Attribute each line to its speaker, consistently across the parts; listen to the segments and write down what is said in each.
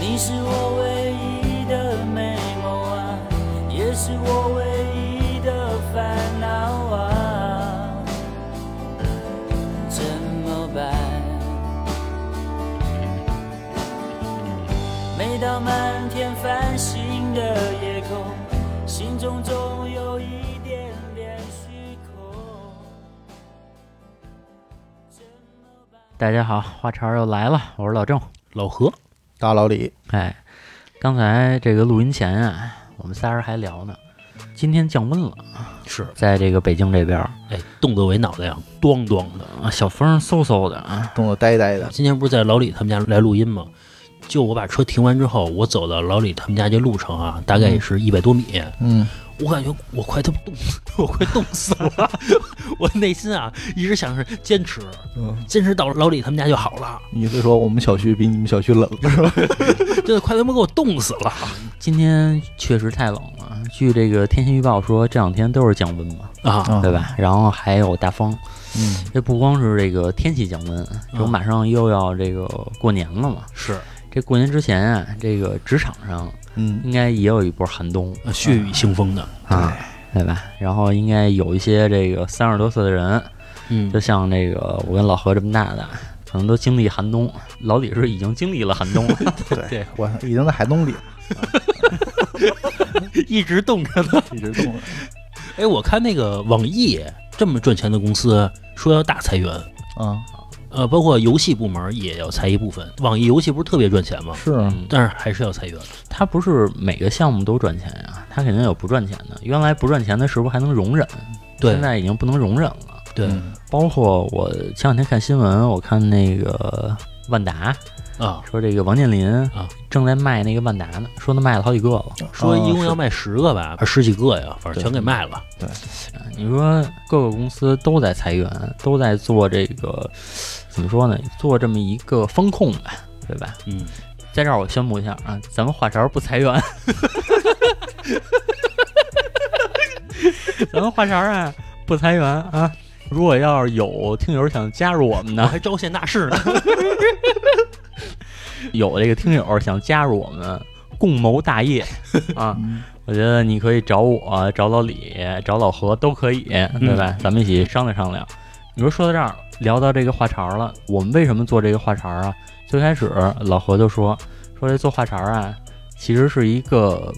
Speaker 1: 你是我唯一的美梦啊，也是我唯一的烦恼啊，怎么办？每到满天繁星的夜空，心中总有一点点虚空。怎么办？
Speaker 2: 大家好，话茬儿又来了，我是老郑。
Speaker 3: 老何，
Speaker 4: 大老李，
Speaker 2: 哎，刚才这个录音前啊，我们仨人还聊呢。今天降温了，
Speaker 3: 是，
Speaker 2: 在这个北京这边儿
Speaker 3: 哎，冻得我脑袋啊，咣咣的。
Speaker 2: 啊，小风嗖嗖的啊，
Speaker 4: 冻得呆呆的。
Speaker 3: 今天不是在老李他们家来录音吗？就我把车停完之后，我走到老李他们家这路程啊，大概也是一百多米，
Speaker 4: 嗯，
Speaker 3: 我感觉我快他妈冻，我快冻死 了。 我内心啊，一直想是坚持，
Speaker 4: 嗯
Speaker 3: 坚持到老李他们家就好了。
Speaker 4: 你是说我们小区比你们小区冷是吧？
Speaker 3: 真的快他妈给我冻死了。
Speaker 2: 今天确实太冷了。据这个天气预报说，这两天都是降温嘛，
Speaker 3: 啊，
Speaker 2: 对？吧？然后还有大风，
Speaker 4: 嗯，
Speaker 2: 这不光是这个天气降温，这不
Speaker 3: 嗯
Speaker 2: 马上又要这个过年了嘛。
Speaker 3: 是
Speaker 2: 这过年之前啊，这个职场上
Speaker 4: 嗯，
Speaker 2: 应该也有一波寒冬
Speaker 3: 啊血雨腥风的，
Speaker 2: 啊，对吧？然后应该有一些这个三十多岁的人，
Speaker 3: 嗯
Speaker 2: 就像这个我跟老何这么大的，可能都经历寒冬。老李是已经经历了寒 冬了，
Speaker 4: 对，我已经在寒冬里了，
Speaker 3: 一直冻着呢。
Speaker 4: 一直 冻着。
Speaker 3: 哎，我看那个网易这么赚钱的公司，说要大裁员，
Speaker 4: 啊，
Speaker 3: 呃，包括游戏部门也要裁一部分。网易游戏不是特别赚钱吗？
Speaker 4: 是啊，
Speaker 3: 但是还是要裁员。
Speaker 2: 他不是每个项目都赚钱呀、他肯定有不赚钱的。原来不赚钱的时候还能容忍，
Speaker 3: 对
Speaker 2: 现在已经不能容忍了。
Speaker 3: 对
Speaker 4: 嗯
Speaker 2: 包括我前两天看新闻，我看那个万达
Speaker 3: 啊，
Speaker 2: 说这个王健林
Speaker 3: 啊
Speaker 2: 正在卖那个万达呢，说他卖了好几个了。
Speaker 3: 说一共
Speaker 4: 是
Speaker 3: 要卖十个吧，还是十几个呀，反正
Speaker 4: 对
Speaker 3: 全给卖了。嗯
Speaker 2: 你说各个公司都在裁员，都在做这个怎么说呢？做这么一个风控吧，对吧？
Speaker 3: 嗯，
Speaker 2: 在这儿我宣布一下啊，咱们话茬不裁员。 咱们话茬啊，不裁员啊。如果要是有听友想加入我们
Speaker 3: 我
Speaker 2: 呢，
Speaker 3: 还招贤纳士呢。
Speaker 2: 有这个听友想加入我们共谋大业啊，
Speaker 4: 嗯
Speaker 2: 我觉得你可以找我、找老李、找老何都可以，对吧？咱们一起商量商量。你说说到这儿，聊到这个话茬了，我们为什么做这个话茬啊？最开始老何就说说这做话茬啊，其实是一个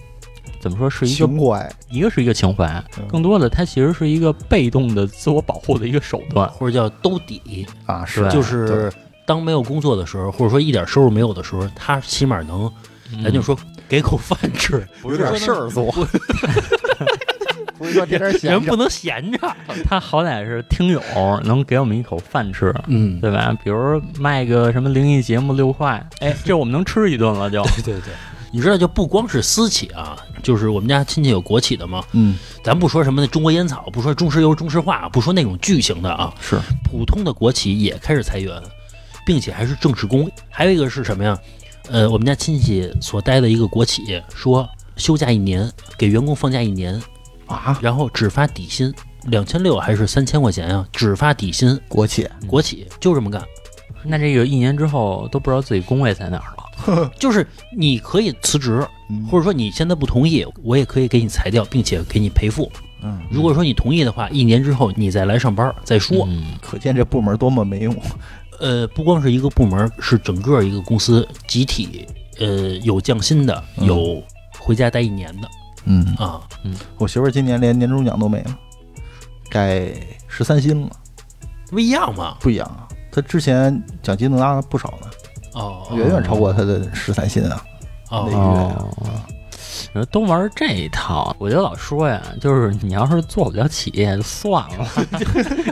Speaker 2: 怎么说是一个
Speaker 4: 情怀，
Speaker 2: 一个是一个情怀，
Speaker 4: 嗯
Speaker 2: 更多的它其实是一个被动的自我保护的一个手段。
Speaker 3: 或者叫兜底，
Speaker 4: 啊，
Speaker 2: 对
Speaker 4: 就
Speaker 3: 啊就是是当没有工作的时候，或者说一点收入没有的时候，他起码能，
Speaker 2: 嗯
Speaker 3: 咱就说给口饭吃，
Speaker 4: 有点事儿做，不是说天天闲
Speaker 3: 人
Speaker 4: 着
Speaker 3: 不，能闲着。
Speaker 2: 他好歹是听友，能给我们一口饭吃，
Speaker 3: 嗯，
Speaker 2: 对吧？比如卖个什么灵异节目六块，哎，这我们能吃一顿了就。
Speaker 3: 对对对。你知道，就不光是私企啊，就是我们家亲戚有国企的嘛，
Speaker 4: 嗯，
Speaker 3: 咱不说什么那中国烟草，不说中石油、中石化，啊不说那种巨型的啊，
Speaker 4: 是
Speaker 3: 普通的国企也开始裁员，并且还是正式工。还有一个是什么呀？呃，我们家亲戚所待的一个国企说休假一年，给员工放假一年，
Speaker 4: 啊，
Speaker 3: 然后只发底薪两千六还是三千块钱啊？只发底薪，
Speaker 4: 国企
Speaker 3: 国企就这么干。
Speaker 2: 那这个一年之后都不知道自己工位在哪儿了。
Speaker 3: 就是你可以辞职，
Speaker 4: 嗯
Speaker 3: 或者说你现在不同意，我也可以给你裁掉，并且给你赔付。
Speaker 4: 嗯，
Speaker 3: 如果说你同意的话，一年之后你再来上班再说。
Speaker 2: 嗯
Speaker 4: 可见这部门多么没用。
Speaker 3: 呃，不光是一个部门，是整个一个公司集体，呃，有降薪的，
Speaker 4: 嗯
Speaker 3: 有回家待一年的
Speaker 4: 嗯，
Speaker 3: 啊。
Speaker 4: 我媳妇儿今年连年终奖都没了，改十三薪了，
Speaker 3: 不一样嘛？
Speaker 4: 不一样啊。她之前奖金能拿不少呢，
Speaker 3: 哦，
Speaker 4: 远远超过她的十三薪啊。
Speaker 3: 哦
Speaker 4: 那
Speaker 3: 哦，
Speaker 2: 哦，你说都玩这一套，我就老说呀，就是你要是做不了企业就算 了，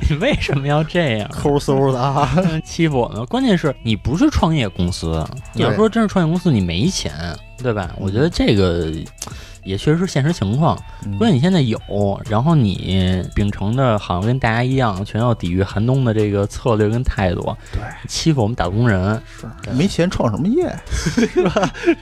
Speaker 2: 你为什么要这样？
Speaker 4: 抠搜的啊，
Speaker 2: 欺负我们。关键是你不是创业公司，你要
Speaker 4: 对嗯
Speaker 2: 说真是创业公司，你没钱，对吧？我觉得这个也确实是现实情况。
Speaker 4: 嗯
Speaker 2: 关键你现在有，然后你秉承的好像跟大家一样，全要抵御寒冬的这个策略跟态度，
Speaker 4: 对，
Speaker 2: 欺负我们打工人，
Speaker 4: 是没钱创什么业？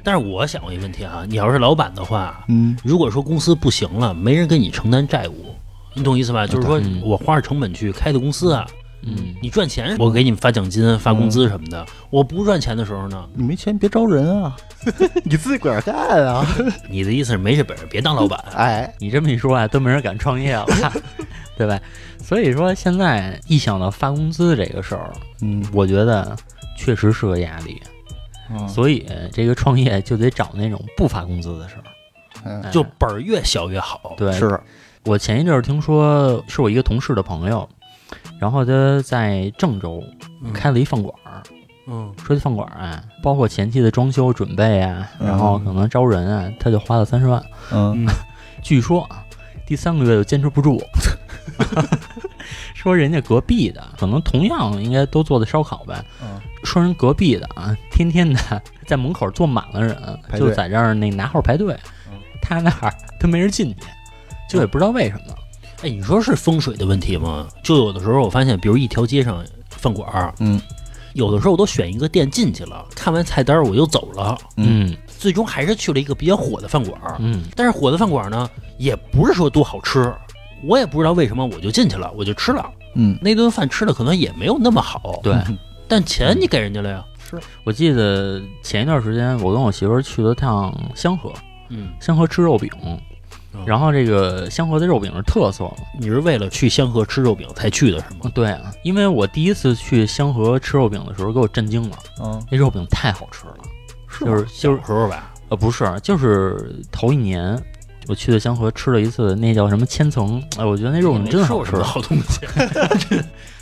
Speaker 3: 但是我想过一个问题啊，你要是老板的话，
Speaker 4: 嗯，
Speaker 3: 如果说公司不行了，没人跟你承担债务，你懂意思吧？就是说
Speaker 2: 嗯
Speaker 3: 我花着成本去开的公司啊，
Speaker 2: 嗯，
Speaker 3: 你赚钱，我给你们发奖金、发工
Speaker 4: 嗯
Speaker 3: 资什么的；我不赚钱的时候呢，
Speaker 4: 你没钱别招人啊， 你自个儿干 啊。
Speaker 3: 你的意思是没这本事别当老板？
Speaker 4: 哎，
Speaker 2: 你这么一说啊，都没人敢创业 了，对吧？所以说现在一想到发工资这个事儿，
Speaker 4: 嗯，
Speaker 2: 我觉得确实是个压力，所以这个创业就得找那种不发工资的
Speaker 3: 哦
Speaker 2: 事儿。
Speaker 4: 嗯
Speaker 2: 哎
Speaker 3: 就本儿越小越好。
Speaker 2: 对，
Speaker 4: 是
Speaker 2: 我前一阵儿听说是我一个同事的朋友，然后他在郑州
Speaker 3: 嗯
Speaker 2: 开了一饭馆儿，
Speaker 3: 嗯
Speaker 2: 说这饭馆儿啊，包括前期的装修准备啊，然后
Speaker 3: 嗯
Speaker 2: 可能招人啊，他就花了三十万。
Speaker 4: 嗯
Speaker 2: 据说啊，第三个月就坚持不住， 说人家隔壁的可能同样应该都做的烧烤呗，
Speaker 4: 嗯
Speaker 2: 说人隔壁的啊，天天的在门口坐满了人，
Speaker 4: 排队
Speaker 2: 就在这儿那拿号排队
Speaker 4: 嗯，
Speaker 2: 他那儿都没人进去，就也不知道为什么。
Speaker 3: 哎，你说是风水的问题吗？就有的时候我发现，比如一条街上饭馆儿，
Speaker 4: 嗯，
Speaker 3: 有的时候我都选一个店进去了，看完菜单儿我就走了，
Speaker 2: 嗯
Speaker 3: 最终还是去了一个比较火的饭馆儿。
Speaker 2: 嗯
Speaker 3: 但是火的饭馆儿呢，也不是说多好吃，我也不知道为什么我就进去了，我就吃了
Speaker 4: 嗯，
Speaker 3: 那顿饭，吃的可能也没有那么好，
Speaker 2: 对，
Speaker 3: 但钱你给人家了呀。
Speaker 2: 我记得前一段时间我跟我媳妇儿去了趟香河，
Speaker 3: 嗯，
Speaker 2: 香河吃肉饼，
Speaker 4: 哦
Speaker 2: 然后这个香河的肉饼是特色嘛。
Speaker 3: 你是为了去香河吃肉饼才去的是吗？
Speaker 2: 嗯对啊，因为我第一次去香河吃肉饼的时候，给我震惊了，
Speaker 4: 嗯，
Speaker 2: 那肉饼太好吃了。
Speaker 4: 是
Speaker 2: 就是
Speaker 4: 吗
Speaker 2: 就是
Speaker 3: 小时候吧，
Speaker 2: 呃，不是，就是头一年我去的香河吃了一次，那叫什么千层，哎，我觉得那肉饼真好
Speaker 3: 没
Speaker 2: 吃
Speaker 3: 吃过什么，好东西。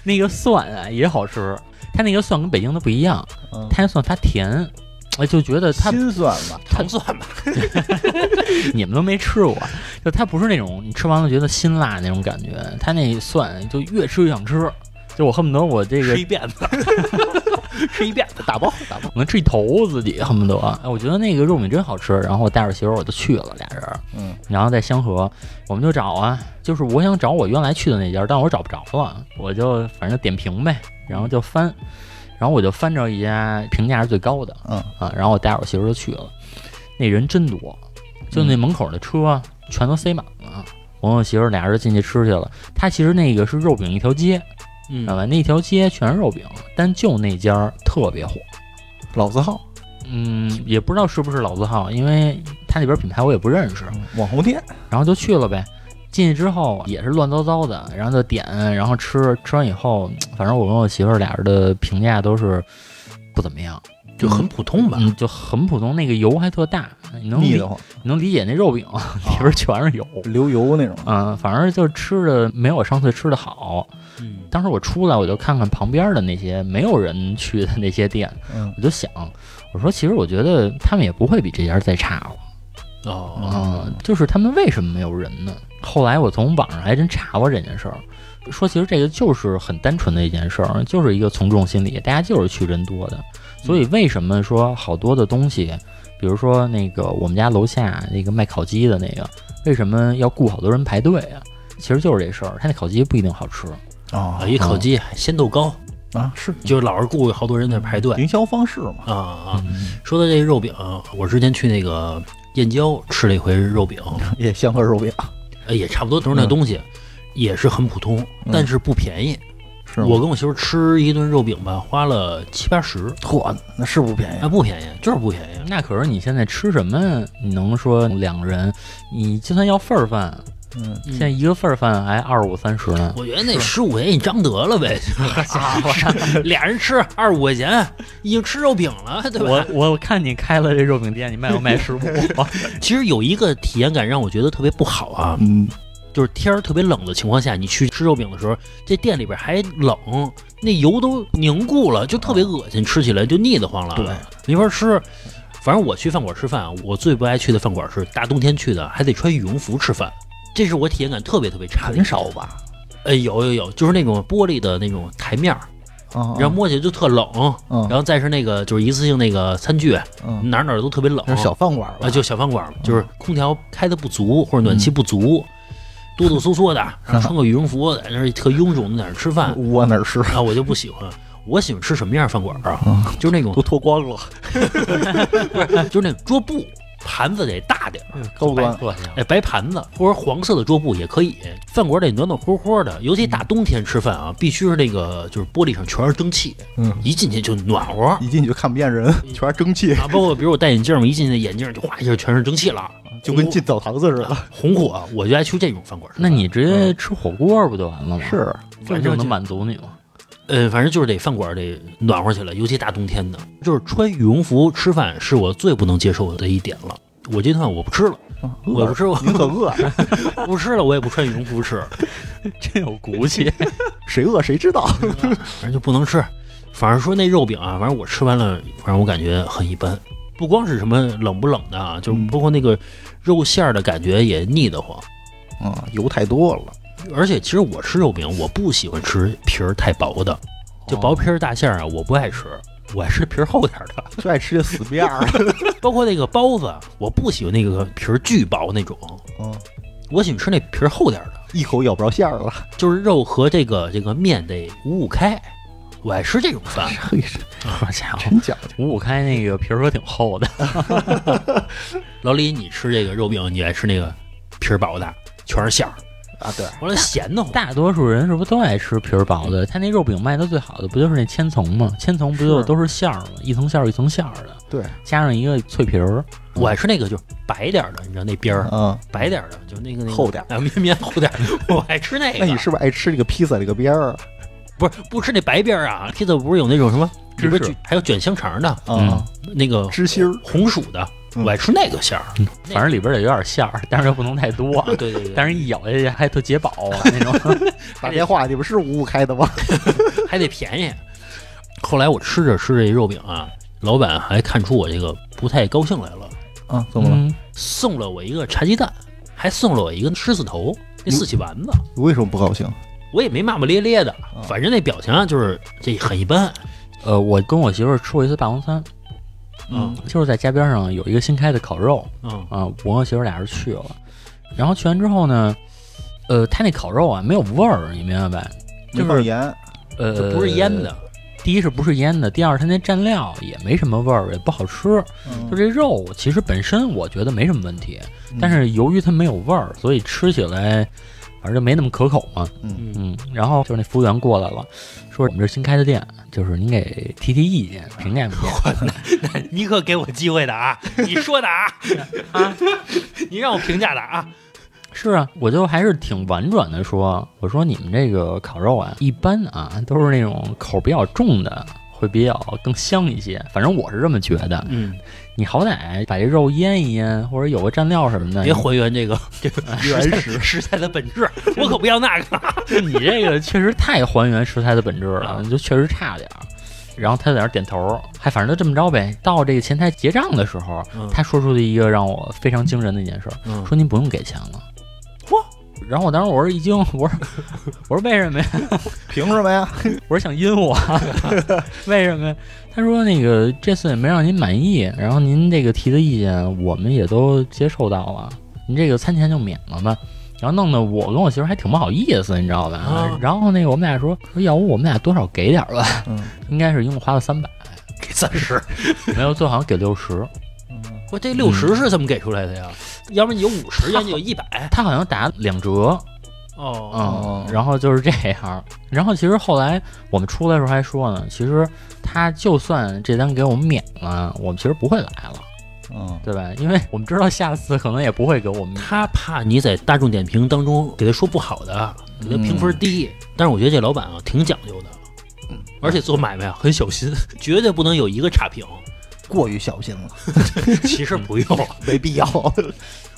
Speaker 2: 那个蒜啊也好吃，它那个蒜跟北京的不一样，
Speaker 4: 嗯
Speaker 2: 它那蒜发甜，哎，就觉得它
Speaker 4: 心酸吧？
Speaker 3: 糖蒜吧，
Speaker 2: 你们都没吃过，就它不是那种你吃完了觉得辛辣那种感觉，它那蒜就越吃越想吃，就我恨不得我这个
Speaker 3: 吃一遍 吧，吃一遍吧，打包打包。
Speaker 2: 我能吃一头自己恨不得。
Speaker 4: 嗯
Speaker 2: 哎，我觉得那个肉饼真好吃，然后我带着媳妇儿我就去了俩人，
Speaker 4: 嗯，
Speaker 2: 然后在香河我们就找啊，就是我想找我原来去的那家，但我找不着了，我就反正点评呗，然后就翻，然后我就翻着一家评价是最高的，
Speaker 4: 嗯
Speaker 2: 啊，然后我带着我媳妇儿就去了，那人真多，就
Speaker 4: 嗯
Speaker 2: 那门口的车、全都塞满了。我跟我媳妇儿俩人进去吃去了，他其实那个是肉饼一条街，
Speaker 3: 嗯
Speaker 2: 知道吧？那条街全是肉饼，但就那家儿特别火。
Speaker 4: 老字号，
Speaker 2: 嗯，也不知道是不是老字号，因为它那边品牌我也不认识，
Speaker 4: 嗯网红店，
Speaker 2: 然后就去了呗。进去之后也是乱糟糟的，然后就点，然后吃，吃完以后，反正我跟我媳妇儿俩人的评价都是不怎么样，
Speaker 3: 就很普通吧。
Speaker 2: 嗯，就很普通。那个油还特大，你能
Speaker 4: 腻
Speaker 2: 理
Speaker 4: 得慌，啊
Speaker 2: 你能理解那肉饼里边全是油，
Speaker 4: 流油那种。
Speaker 2: 嗯，反正就是吃的没有我上次吃的好。
Speaker 3: 嗯，
Speaker 2: 当时我出来我就看看旁边的那些没有人去的那些店，
Speaker 4: 嗯
Speaker 2: 我就想，我说其实我觉得他们也不会比这家再差了。
Speaker 3: 哦，
Speaker 2: 嗯，就是他们为什么没有人呢？后来我从网上还真查过这件事儿，说其实这个就是很单纯的一件事儿，就是一个从众心理，大家就是去人多的。所以为什么说好多的东西，比如说那个我们家楼下那个卖烤鸡的那个，为什么要雇好多人排队啊？其实就是这事儿，他那烤鸡不一定好吃。
Speaker 4: 啊
Speaker 3: 啊，一烤鸡鲜豆
Speaker 2: 哦
Speaker 3: 糕，
Speaker 4: 啊，是
Speaker 3: 就是老是雇好多人在排队
Speaker 4: 营销方式嘛？
Speaker 2: 嗯
Speaker 3: 啊啊。说到这个肉饼，我之前去那个燕郊吃了一回肉饼，
Speaker 4: 也香河肉饼
Speaker 3: 呃也差不多都是那东西，
Speaker 2: 嗯
Speaker 3: 也是很普通，但是不便宜。
Speaker 4: 是吗
Speaker 3: 我跟我媳妇儿吃一顿肉饼吧，花了七八十，
Speaker 4: 嚯，那是不便
Speaker 2: 哎
Speaker 3: 啊，
Speaker 4: 宜。
Speaker 3: 不便宜，就是不便宜。
Speaker 2: 那可是你现在吃什么？你能说两个人，你就算要份儿饭，
Speaker 4: 嗯，
Speaker 2: 现在一个份儿饭还二五三十 呢。
Speaker 3: 我觉得那十五块钱你张得了 呗，俩人吃二十五块钱，已经吃肉饼了，对吧？
Speaker 2: 我我看你开了这肉饼店，你卖不卖 十五？
Speaker 3: 其实有一个体验感让我觉得特别不好啊，
Speaker 4: 嗯，
Speaker 3: 就是天儿特别冷的情况下，你去吃肉饼的时候，这店里边还冷，那油都凝固了，就特别恶心，吃起来就腻得慌了，
Speaker 4: 对，
Speaker 3: 没法吃。反正我去饭馆吃饭，我最不爱去的饭馆是大冬天去的，还得穿羽绒服吃饭，这是我体验感特别特别差的。
Speaker 4: 很少吧？
Speaker 3: 哎，有有有，就是那种玻璃的那种台面儿，
Speaker 4: 啊，
Speaker 3: 然后摸起来就特冷，
Speaker 4: 嗯
Speaker 3: 然后再是那个就是一次性那个餐具，
Speaker 4: 嗯，
Speaker 3: 哪儿哪儿都特别冷。
Speaker 4: 那是小饭馆吧？
Speaker 3: 啊，就小饭馆嘛，就是空调开的不足或者暖气不足，哆哆嗦嗦的，然后穿个羽绒服在那儿特臃肿的在那儿吃饭，
Speaker 4: 我哪儿吃？
Speaker 3: 啊，我就不喜欢。我喜欢吃什么样的饭馆啊？就是那种
Speaker 4: 脱光了。
Speaker 3: 就是那种桌布，盘子得大点儿，
Speaker 4: 高端
Speaker 2: 白色呀
Speaker 3: 哎，白盘子或者黄色的桌布也可以。饭馆得暖暖和和的，尤其大冬天吃饭啊，必须是那个就是玻璃上全是蒸汽，
Speaker 4: 嗯，
Speaker 3: 一进去就暖和啊。
Speaker 4: 一进去就看不见人，全是蒸汽，
Speaker 3: 包括比如我戴眼镜嘛，一进去眼镜就哗一下全是蒸汽了，
Speaker 4: 就跟进澡堂子似的。
Speaker 3: 红火。我就爱去这种饭馆吃饭。
Speaker 2: 那你直接吃火锅不就完了吗？，
Speaker 4: 是，
Speaker 2: 这就能满足你吗？
Speaker 3: 呃，反正就是得饭馆得暖和起来，尤其大冬天的，就是穿羽绒服吃饭是我最不能接受的一点了。我今天晚上我不吃了，我不吃，我
Speaker 4: 你可啊饿啊，
Speaker 3: 不吃了，我也不穿羽绒服吃，
Speaker 2: 真有骨气。
Speaker 4: 谁饿谁知道。啊
Speaker 3: 反正就不能吃。反正说那肉饼啊，反正我吃完了，反正我感觉很一般。不光是什么冷不冷的啊，就是
Speaker 4: 嗯
Speaker 3: 包括那个肉馅儿的感觉也腻得慌。
Speaker 4: 啊，油太多了，
Speaker 3: 而且其实我吃肉饼，我不喜欢吃皮儿太薄的，就
Speaker 4: 哦
Speaker 3: 薄皮儿大馅儿啊，我不爱吃，我爱吃皮儿厚点儿的。
Speaker 4: 最爱吃这死面儿。
Speaker 3: 包括那个包子，我不喜欢那个皮儿巨薄那种，
Speaker 4: 嗯，
Speaker 3: 我喜欢吃那皮儿厚点儿的，
Speaker 4: 一口咬不着馅儿了。
Speaker 3: 就是肉和这个这个面得五五开。我爱吃这种饭，
Speaker 4: 嘿，
Speaker 2: 好家伙，
Speaker 4: 真讲究。
Speaker 2: 五五开那个皮儿可挺厚的，
Speaker 3: 老李，你吃这个肉饼，你爱吃那个皮儿薄的，全是馅儿，
Speaker 4: 啊，对，
Speaker 3: 完了咸的 慌。
Speaker 2: 大多数人是不是都爱吃皮儿薄的？他那肉饼卖的最好的不就是那千层吗？千层不就是都是馅儿吗？一层馅儿一层馅儿的，
Speaker 4: 对，
Speaker 2: 加上一个脆皮儿，
Speaker 3: 我爱吃那个就是白点儿的，你知道那边儿
Speaker 4: 嗯，
Speaker 3: 白点儿的，就那个那个
Speaker 4: 厚点儿
Speaker 3: 啊，绵绵厚点儿，我爱吃那
Speaker 4: 那
Speaker 3: 个。
Speaker 4: 你是不是爱吃这个披萨这个边儿啊？
Speaker 3: 不是不吃那白边儿啊？披萨不是有那种什么里边
Speaker 2: 芝士
Speaker 3: 卷还有卷香肠的，
Speaker 4: 啊，
Speaker 3: 那个
Speaker 4: 芝心儿，
Speaker 3: 红薯的，
Speaker 4: 嗯
Speaker 3: 我爱吃那个馅儿。
Speaker 2: 反正里边儿得有点馅儿，但是又不能太多 啊。
Speaker 3: 对对对，
Speaker 2: 但是一咬下去还特解饱啊，那 种
Speaker 4: 打电话你们是五五开的吗？
Speaker 3: 还得便宜。后来我吃着吃着这肉饼啊，老板还看出我这个不太高兴来了，
Speaker 4: 啊，怎？
Speaker 2: 嗯
Speaker 3: 送了我一个茶鸡蛋，还送了我一个狮子头那四喜丸子。
Speaker 4: 你为什么不高兴？
Speaker 3: 我也没骂骂咧咧的，反正那表情啊，就是这很一般。
Speaker 2: 呃，我跟我媳妇儿吃过一次霸王餐，
Speaker 3: 嗯
Speaker 2: 就是在家边上有一个新开的烤肉
Speaker 3: 嗯
Speaker 2: 啊，我和媳妇儿俩人去了，然后去完之后呢，呃，他那烤肉啊没有味儿，你明白吧？
Speaker 4: 没放盐，
Speaker 2: 呃，
Speaker 3: 这不是腌 的，
Speaker 2: 第一是不是腌的，第二它那蘸料也没什么味儿，也不好吃。就
Speaker 3: 嗯
Speaker 4: 就
Speaker 2: 这肉其实本身我觉得没什么问题，但是由于它没有味儿，所以吃起来反正就没那么可口嘛。
Speaker 3: 嗯
Speaker 2: 嗯，然后就是那服务员过来了，说我们这新开的店，就是您给提提意见，评价评价。
Speaker 3: 你可给我机会的啊！你说的 啊，你让我评价的啊。
Speaker 2: 是啊，我就还是挺婉转的说，我说你们这个烤肉啊，一般啊都是那种口比较重的，会比较更香一些。反正我是这么觉得。
Speaker 3: 嗯，
Speaker 2: 你好歹把这肉腌一腌，或者有个蘸料什么的。
Speaker 3: 别还原 这个这个
Speaker 4: 原
Speaker 3: 食食材的本质，我可不要那个。
Speaker 2: 你这个确实太还原食材的本质了
Speaker 3: 啊，
Speaker 2: 就确实差点儿。然后他在那儿点头，还反正就这么着呗。到这个前台结账的时候，
Speaker 3: 嗯
Speaker 2: 他说出了一个让我非常惊人的一件事儿，
Speaker 3: 嗯
Speaker 2: 说您不用给钱了。
Speaker 3: 嚯！
Speaker 2: 然后我当时我是一惊，我说我说为什么呀？
Speaker 4: 凭什么呀？
Speaker 2: 我说想阴我，为什么呀？他说那个这次也没让您满意，然后您这个提的意见我们也都接受到了，您这个餐钱就免了吧。然后弄得我跟我媳妇儿还挺不好意思，你知道吧？
Speaker 3: 啊
Speaker 2: 然后那个我们俩说说，要不我们俩多少给点儿吧？
Speaker 4: 嗯
Speaker 2: 应该是一共花了三百，
Speaker 3: 给三十，
Speaker 2: 没有最好像给六十。
Speaker 4: 嗯
Speaker 3: 我这六十是怎么给出来的呀？要不然你有五十，要不然你有一百。
Speaker 2: 他好像打两折，
Speaker 3: 哦，
Speaker 2: 嗯
Speaker 4: 哦，
Speaker 2: 然后就是这样。然后其实后来我们出来的时候还说呢，其实他就算这单给我们免了，我们其实不会来了。
Speaker 4: 嗯，
Speaker 2: 对吧？因为我们知道下次可能也不会给我们。
Speaker 3: 他怕你在大众点评当中给他说不好的，给他评分低。但是我觉得这老板啊挺讲究的，而且做买卖啊很小心， 绝对不能有一个差评。
Speaker 4: 过于小心了，
Speaker 3: 其实不用。
Speaker 4: 没必要。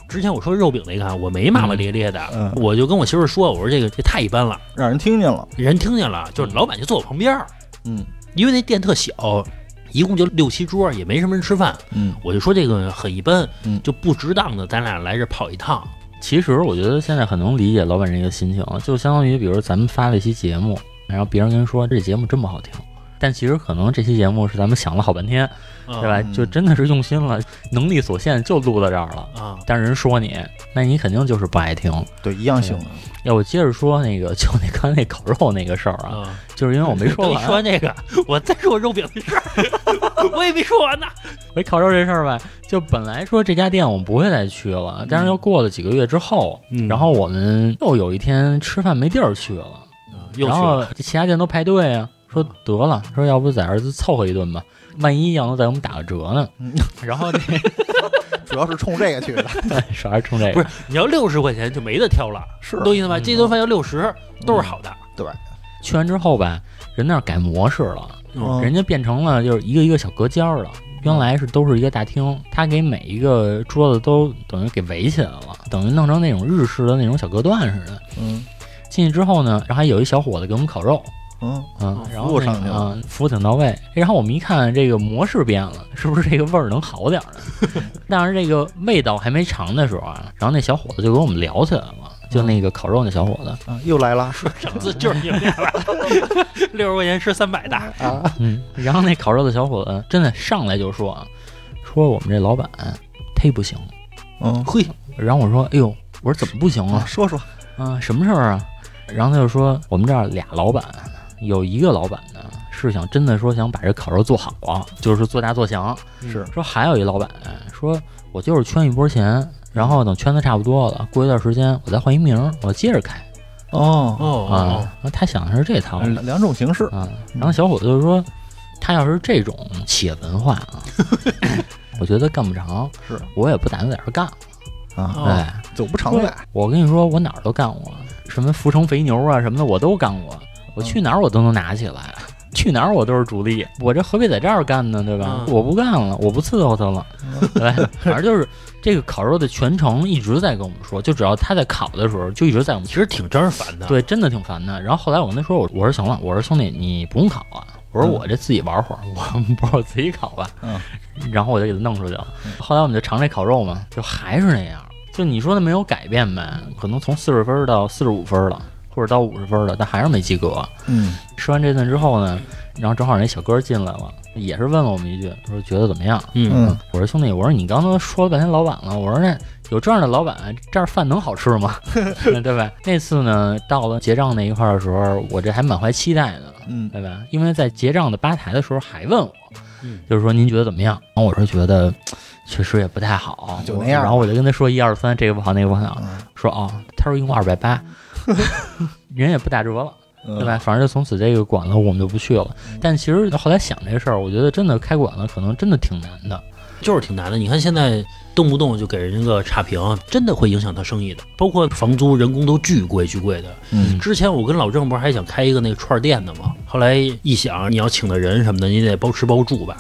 Speaker 3: 之前我说肉饼那个啊，我没骂骂咧咧的，
Speaker 4: 嗯嗯
Speaker 3: 我就跟我媳妇儿说，我说这个这太一般了，
Speaker 4: 让人听见了，
Speaker 3: 人听见了，就是老板就坐我旁边儿，
Speaker 4: 嗯
Speaker 3: 因为那店特小，一共就六七桌，也没什么人吃饭，
Speaker 4: 嗯，
Speaker 3: 我就说这个很一般，
Speaker 4: 嗯
Speaker 3: 就不值当的，咱俩来这跑一趟。
Speaker 2: 其实我觉得现在很能理解老板这个心情，就相当于比如咱们发了一期节目，然后别人跟你说这节目真不好听，但其实可能这期节目是咱们想了好半天，
Speaker 3: 对
Speaker 2: 对吧？
Speaker 4: 嗯
Speaker 2: 就真的是用心了，能力所限就录到这儿了。
Speaker 3: 啊，
Speaker 2: 但是人说你，那你肯定就是不爱听。
Speaker 4: 对，一样行。
Speaker 2: 要我接着说那个，就那刚才那烤肉那个事儿啊，
Speaker 3: 啊，
Speaker 2: 就是因为我没说
Speaker 3: 等你
Speaker 2: 完，
Speaker 3: 说完这个，我再说肉饼的事儿。 我也没说完呢。
Speaker 2: 回烤肉这事儿吧，就本来说这家店我们不会再去了，但是又过了几个月之后，
Speaker 3: 嗯
Speaker 2: 然后我们又有一天吃饭没地儿去了，
Speaker 3: 又去
Speaker 2: 然
Speaker 3: 了
Speaker 2: 后
Speaker 3: 嗯
Speaker 2: 这其他店都排队啊，说得了，说要不在这儿凑合一顿吧，万一要能再给我们打个折呢
Speaker 4: 嗯。
Speaker 2: 然后这
Speaker 4: 主要是冲这个去的。
Speaker 2: 少还是冲这
Speaker 3: 不
Speaker 2: 个
Speaker 3: 是，你要六十块钱就没得挑了，
Speaker 4: 是嗯
Speaker 3: 懂意
Speaker 2: 嗯
Speaker 3: 思吧？这顿饭要六十都是好的。
Speaker 4: 对，
Speaker 2: 去完之后吧，人那儿改模式了，
Speaker 4: 嗯
Speaker 2: 人家变成了就是一个一个小隔间儿了。
Speaker 3: 嗯
Speaker 2: 原来是都是一个大厅，他给每一个桌子都等于给围起来了，等于弄成那种日式的那种小隔断似的。
Speaker 4: 嗯
Speaker 2: 进去之后呢，然后还有一小伙子给我们烤肉，
Speaker 4: 嗯，
Speaker 2: 嗯
Speaker 3: 哦，
Speaker 2: 然
Speaker 4: 服
Speaker 2: 后
Speaker 4: 务
Speaker 2: 那个
Speaker 4: 上去了
Speaker 2: 嗯，服务挺到位。然后我们一看这个模式变了，是不是这个味儿能好点儿呢？ 但是这个味道还没尝的时候啊，然后那小伙子就跟我们聊起来了，就那个烤肉那小伙子，
Speaker 4: 啊又来了
Speaker 3: 上次就是你们俩 吧，六十块钱吃三百的，
Speaker 4: 啊！
Speaker 2: 嗯，然后那烤肉的小伙子真的上来就说啊，说我们这老板忒不行。
Speaker 4: 嗯，
Speaker 3: 嘿，
Speaker 2: 然后我说，哎呦，我说怎么不行啊？
Speaker 4: 说说，
Speaker 2: 啊，什么事儿啊？然后他就说，我们这儿俩老板，有一个老板呢是想真的说想把这烤肉做好啊，就是做大做强。
Speaker 4: 是
Speaker 2: 说还有一老板说，我就是圈一波钱，然后等圈子差不多了，过一段时间我再换一名儿，我接着开
Speaker 4: 哦，
Speaker 2: 啊
Speaker 3: 哦。。
Speaker 2: 然后他想的是这套
Speaker 4: 嗯两种形式，
Speaker 2: 啊，然后小伙子就说，他要是这种企业文化 啊，我觉得干不长，
Speaker 4: 是
Speaker 2: 我也不打算在这儿干了。
Speaker 4: 啊，
Speaker 3: 哦
Speaker 2: 哎，
Speaker 4: 久不常在。
Speaker 2: 我跟你说，我哪儿都干过，什么福城肥牛啊什么的，我都干过。我去哪儿我都能拿起来， 去哪儿我都是主力。我这何必在这儿干呢？对吧？
Speaker 3: 嗯
Speaker 2: 我不干了，我不伺候他了。 对，反正就是这个烤肉的全程一直在跟我们说，就只要他在烤的时候，就一直在我们
Speaker 3: 其实挺招人烦的。，
Speaker 2: 对，真的挺烦的。然后后来我跟他说，我我说行了，我说兄弟，你不用烤啊，我说
Speaker 4: 嗯
Speaker 2: 我这自己玩会儿， 我不是我自己烤吧。
Speaker 4: 嗯。
Speaker 2: 然后我就给他弄出去了。后来我们就尝这烤肉嘛，就还是那样，就你说的没有改变呗，可能从四十分儿到四十五分儿了，或者到五十分儿了，但还是没及格。
Speaker 4: 嗯
Speaker 2: 吃完这顿之后呢，然后正好那小哥进来了，也是问了我们一句，说觉得怎么样？
Speaker 3: 嗯，
Speaker 4: 嗯，
Speaker 2: 我说兄弟，我说你刚才说了半天老板了，我说那有这样的老板，这儿饭能好吃 吗？对吧？那次呢，到了结账那一块儿的时候，我这还满怀期待呢，
Speaker 4: 嗯
Speaker 2: 对吧？因为在结账的吧台的时候还问我，
Speaker 3: 嗯
Speaker 2: 就是说您觉得怎么样？然后我说觉得确实也不太好，
Speaker 4: 啊就那样吧
Speaker 2: 然后我就跟他说一二三，这个不好，那个不好，
Speaker 4: 嗯
Speaker 2: 说哦，他说一共二百 八，人也不打折了。
Speaker 4: 嗯，
Speaker 2: 对吧？反正就从此这个馆子我们就不去了。但其实后来想这事儿，我觉得真的开馆子可能真的挺难的。
Speaker 3: 就是挺难的。你看现在动不动就给人个差评，真的会影响他生意的，包括房租、人工都巨贵巨贵的。
Speaker 4: 嗯
Speaker 3: 之前我跟老郑不是还想开一个那个串儿店的吗？后来一想，你要请的人什么的，你得包吃包住吧，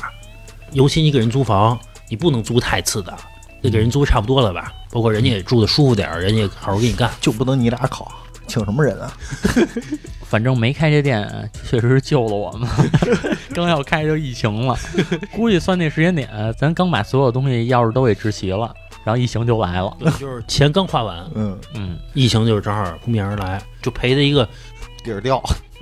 Speaker 3: 尤其你给人租房，你不能租太次的，得给人租差不多了吧，包括人家也住的舒服点儿，人家也好好给你干。
Speaker 4: 就不能你俩烤，请什么人啊？
Speaker 2: 反正没开这店，确实是救了我 们。刚要开就疫情了，估计算那时间点，咱刚把所有东西钥匙都给支齐了，然后疫情就来了。
Speaker 3: 对，就是钱刚花完，
Speaker 4: 嗯，
Speaker 2: 嗯，
Speaker 3: 疫情就是正好扑面而来，就赔的一个
Speaker 4: 底儿掉，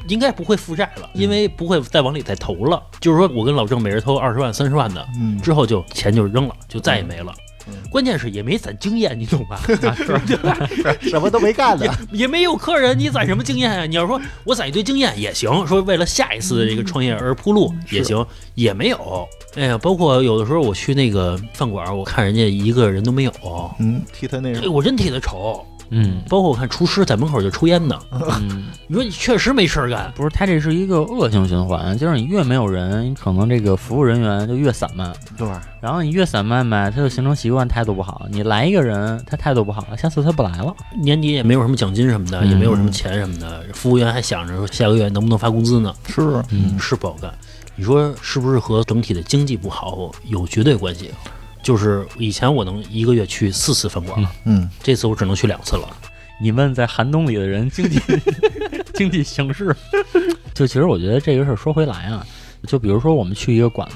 Speaker 3: 应该不会负债了，因为不会再往里再投了。就是说我跟老郑每人投二十万、三十万的，
Speaker 4: 嗯，
Speaker 3: 之后就钱就扔了，就再也没了。
Speaker 4: 嗯嗯
Speaker 3: 关键是也没攒经验，你 懂吧？
Speaker 4: 什么都没干呢。
Speaker 3: 也没有客人，你攒什么经验啊？你要说我攒一堆经验也行，说为了下一次的这个创业而铺路
Speaker 4: 嗯
Speaker 3: 也行，也没有。哎呀，包括有的时候我去那个饭馆，我看人家一个人都没有，
Speaker 4: 嗯，替他那
Speaker 3: 哎，我真替他愁。
Speaker 2: 嗯
Speaker 3: 包括我看厨师在门口就抽烟呢，
Speaker 2: 嗯，
Speaker 3: 你说你确实没事儿干，
Speaker 2: 不是，它这是一个恶性循环，就是你越没有人，可能这个服务人员就越散漫，
Speaker 4: 对，
Speaker 2: 然后你越散漫吧，他就形成习惯，态度不好。你来一个人，他态度不好，下次他不来了。
Speaker 3: 年底也没有什么奖金什么的，
Speaker 2: 嗯
Speaker 3: 也没有什么钱什么的，
Speaker 4: 嗯
Speaker 3: 服务员还想着说下个月能不能发工资呢，
Speaker 4: 是，
Speaker 2: 嗯
Speaker 3: 是不好干。你说是不是和整体的经济不好有绝对关系？就是以前我能一个月去四次饭馆，
Speaker 2: 嗯
Speaker 4: 嗯，
Speaker 3: 这次我只能去两次了。
Speaker 2: 你问在寒冬里的人经济 经济形势，就其实我觉得这个事儿说回来啊，就比如说我们去一个馆子，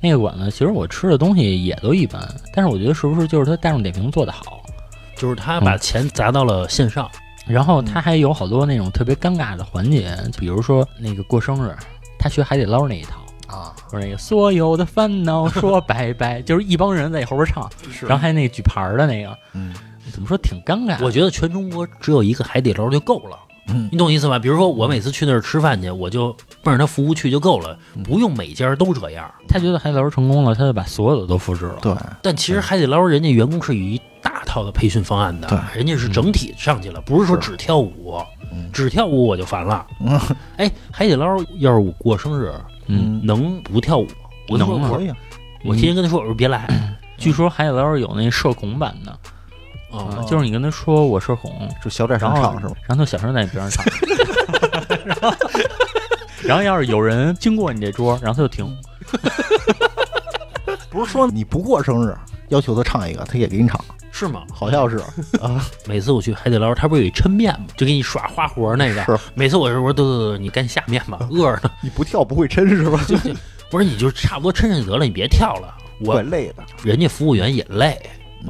Speaker 2: 那个馆子其实我吃的东西也都一般，但是我觉得是不是就是他大众点评做得好，
Speaker 3: 就是他把钱砸到了线上，
Speaker 2: 然后他还有好多那种特别尴尬的环节，就比如说那个过生日，他学海底捞那一套。
Speaker 4: 啊，
Speaker 2: 就是那个所有的烦恼说拜拜， 就是一帮人在后边唱，
Speaker 4: 是
Speaker 2: 然后还有那举牌儿的那个，
Speaker 4: 嗯，
Speaker 2: 怎么说挺尴尬的。
Speaker 3: 我觉得全中国只有一个海底捞就够了。
Speaker 4: 嗯
Speaker 3: 你懂我意思吧？比如说我每次去那儿吃饭去，我就奔着他服务去就够了，不用每家都这样。
Speaker 2: 他觉得海底捞成功了，他就把所有的都复制了。
Speaker 4: 对，
Speaker 3: 但其实海底捞人家员工是有一大套的培训方案
Speaker 4: 对
Speaker 3: 的，人家是整体上去了，不是说只跳舞
Speaker 4: 嗯，
Speaker 3: 只跳舞我就烦了
Speaker 4: 嗯。
Speaker 3: 哎，海底捞要是我过生日，
Speaker 2: 嗯，
Speaker 3: 能不跳舞？我
Speaker 2: 能
Speaker 3: 说
Speaker 2: 啊
Speaker 3: 我
Speaker 4: 可以啊，
Speaker 3: 我天天跟他说，我说别 来，
Speaker 2: 据说海底捞有那社恐版的，
Speaker 3: 啊
Speaker 4: 嗯
Speaker 2: 啊，就是你跟他说我社恐，
Speaker 4: 就小点
Speaker 2: 然
Speaker 4: 声
Speaker 2: 后
Speaker 4: 唱是吧？
Speaker 2: 然后他小声在你边上唱， 然后然后要是有人经过你这桌，然后他就停。
Speaker 4: 不是说你不过生日，要求他唱一个，他也给你唱，
Speaker 3: 是吗？
Speaker 4: 好像是啊，
Speaker 3: 每次我去海底捞，他不是有一抻面吗？就给你耍花活那个。
Speaker 4: 是
Speaker 3: 每次我就说：“对对对，你干下面吧，饿着呢。
Speaker 4: 你不跳不会抻是吧？ 就”
Speaker 3: 我说：“你就差不多抻上去得了，你别跳了。我”
Speaker 4: 怪累的，
Speaker 3: 人家服务员也累，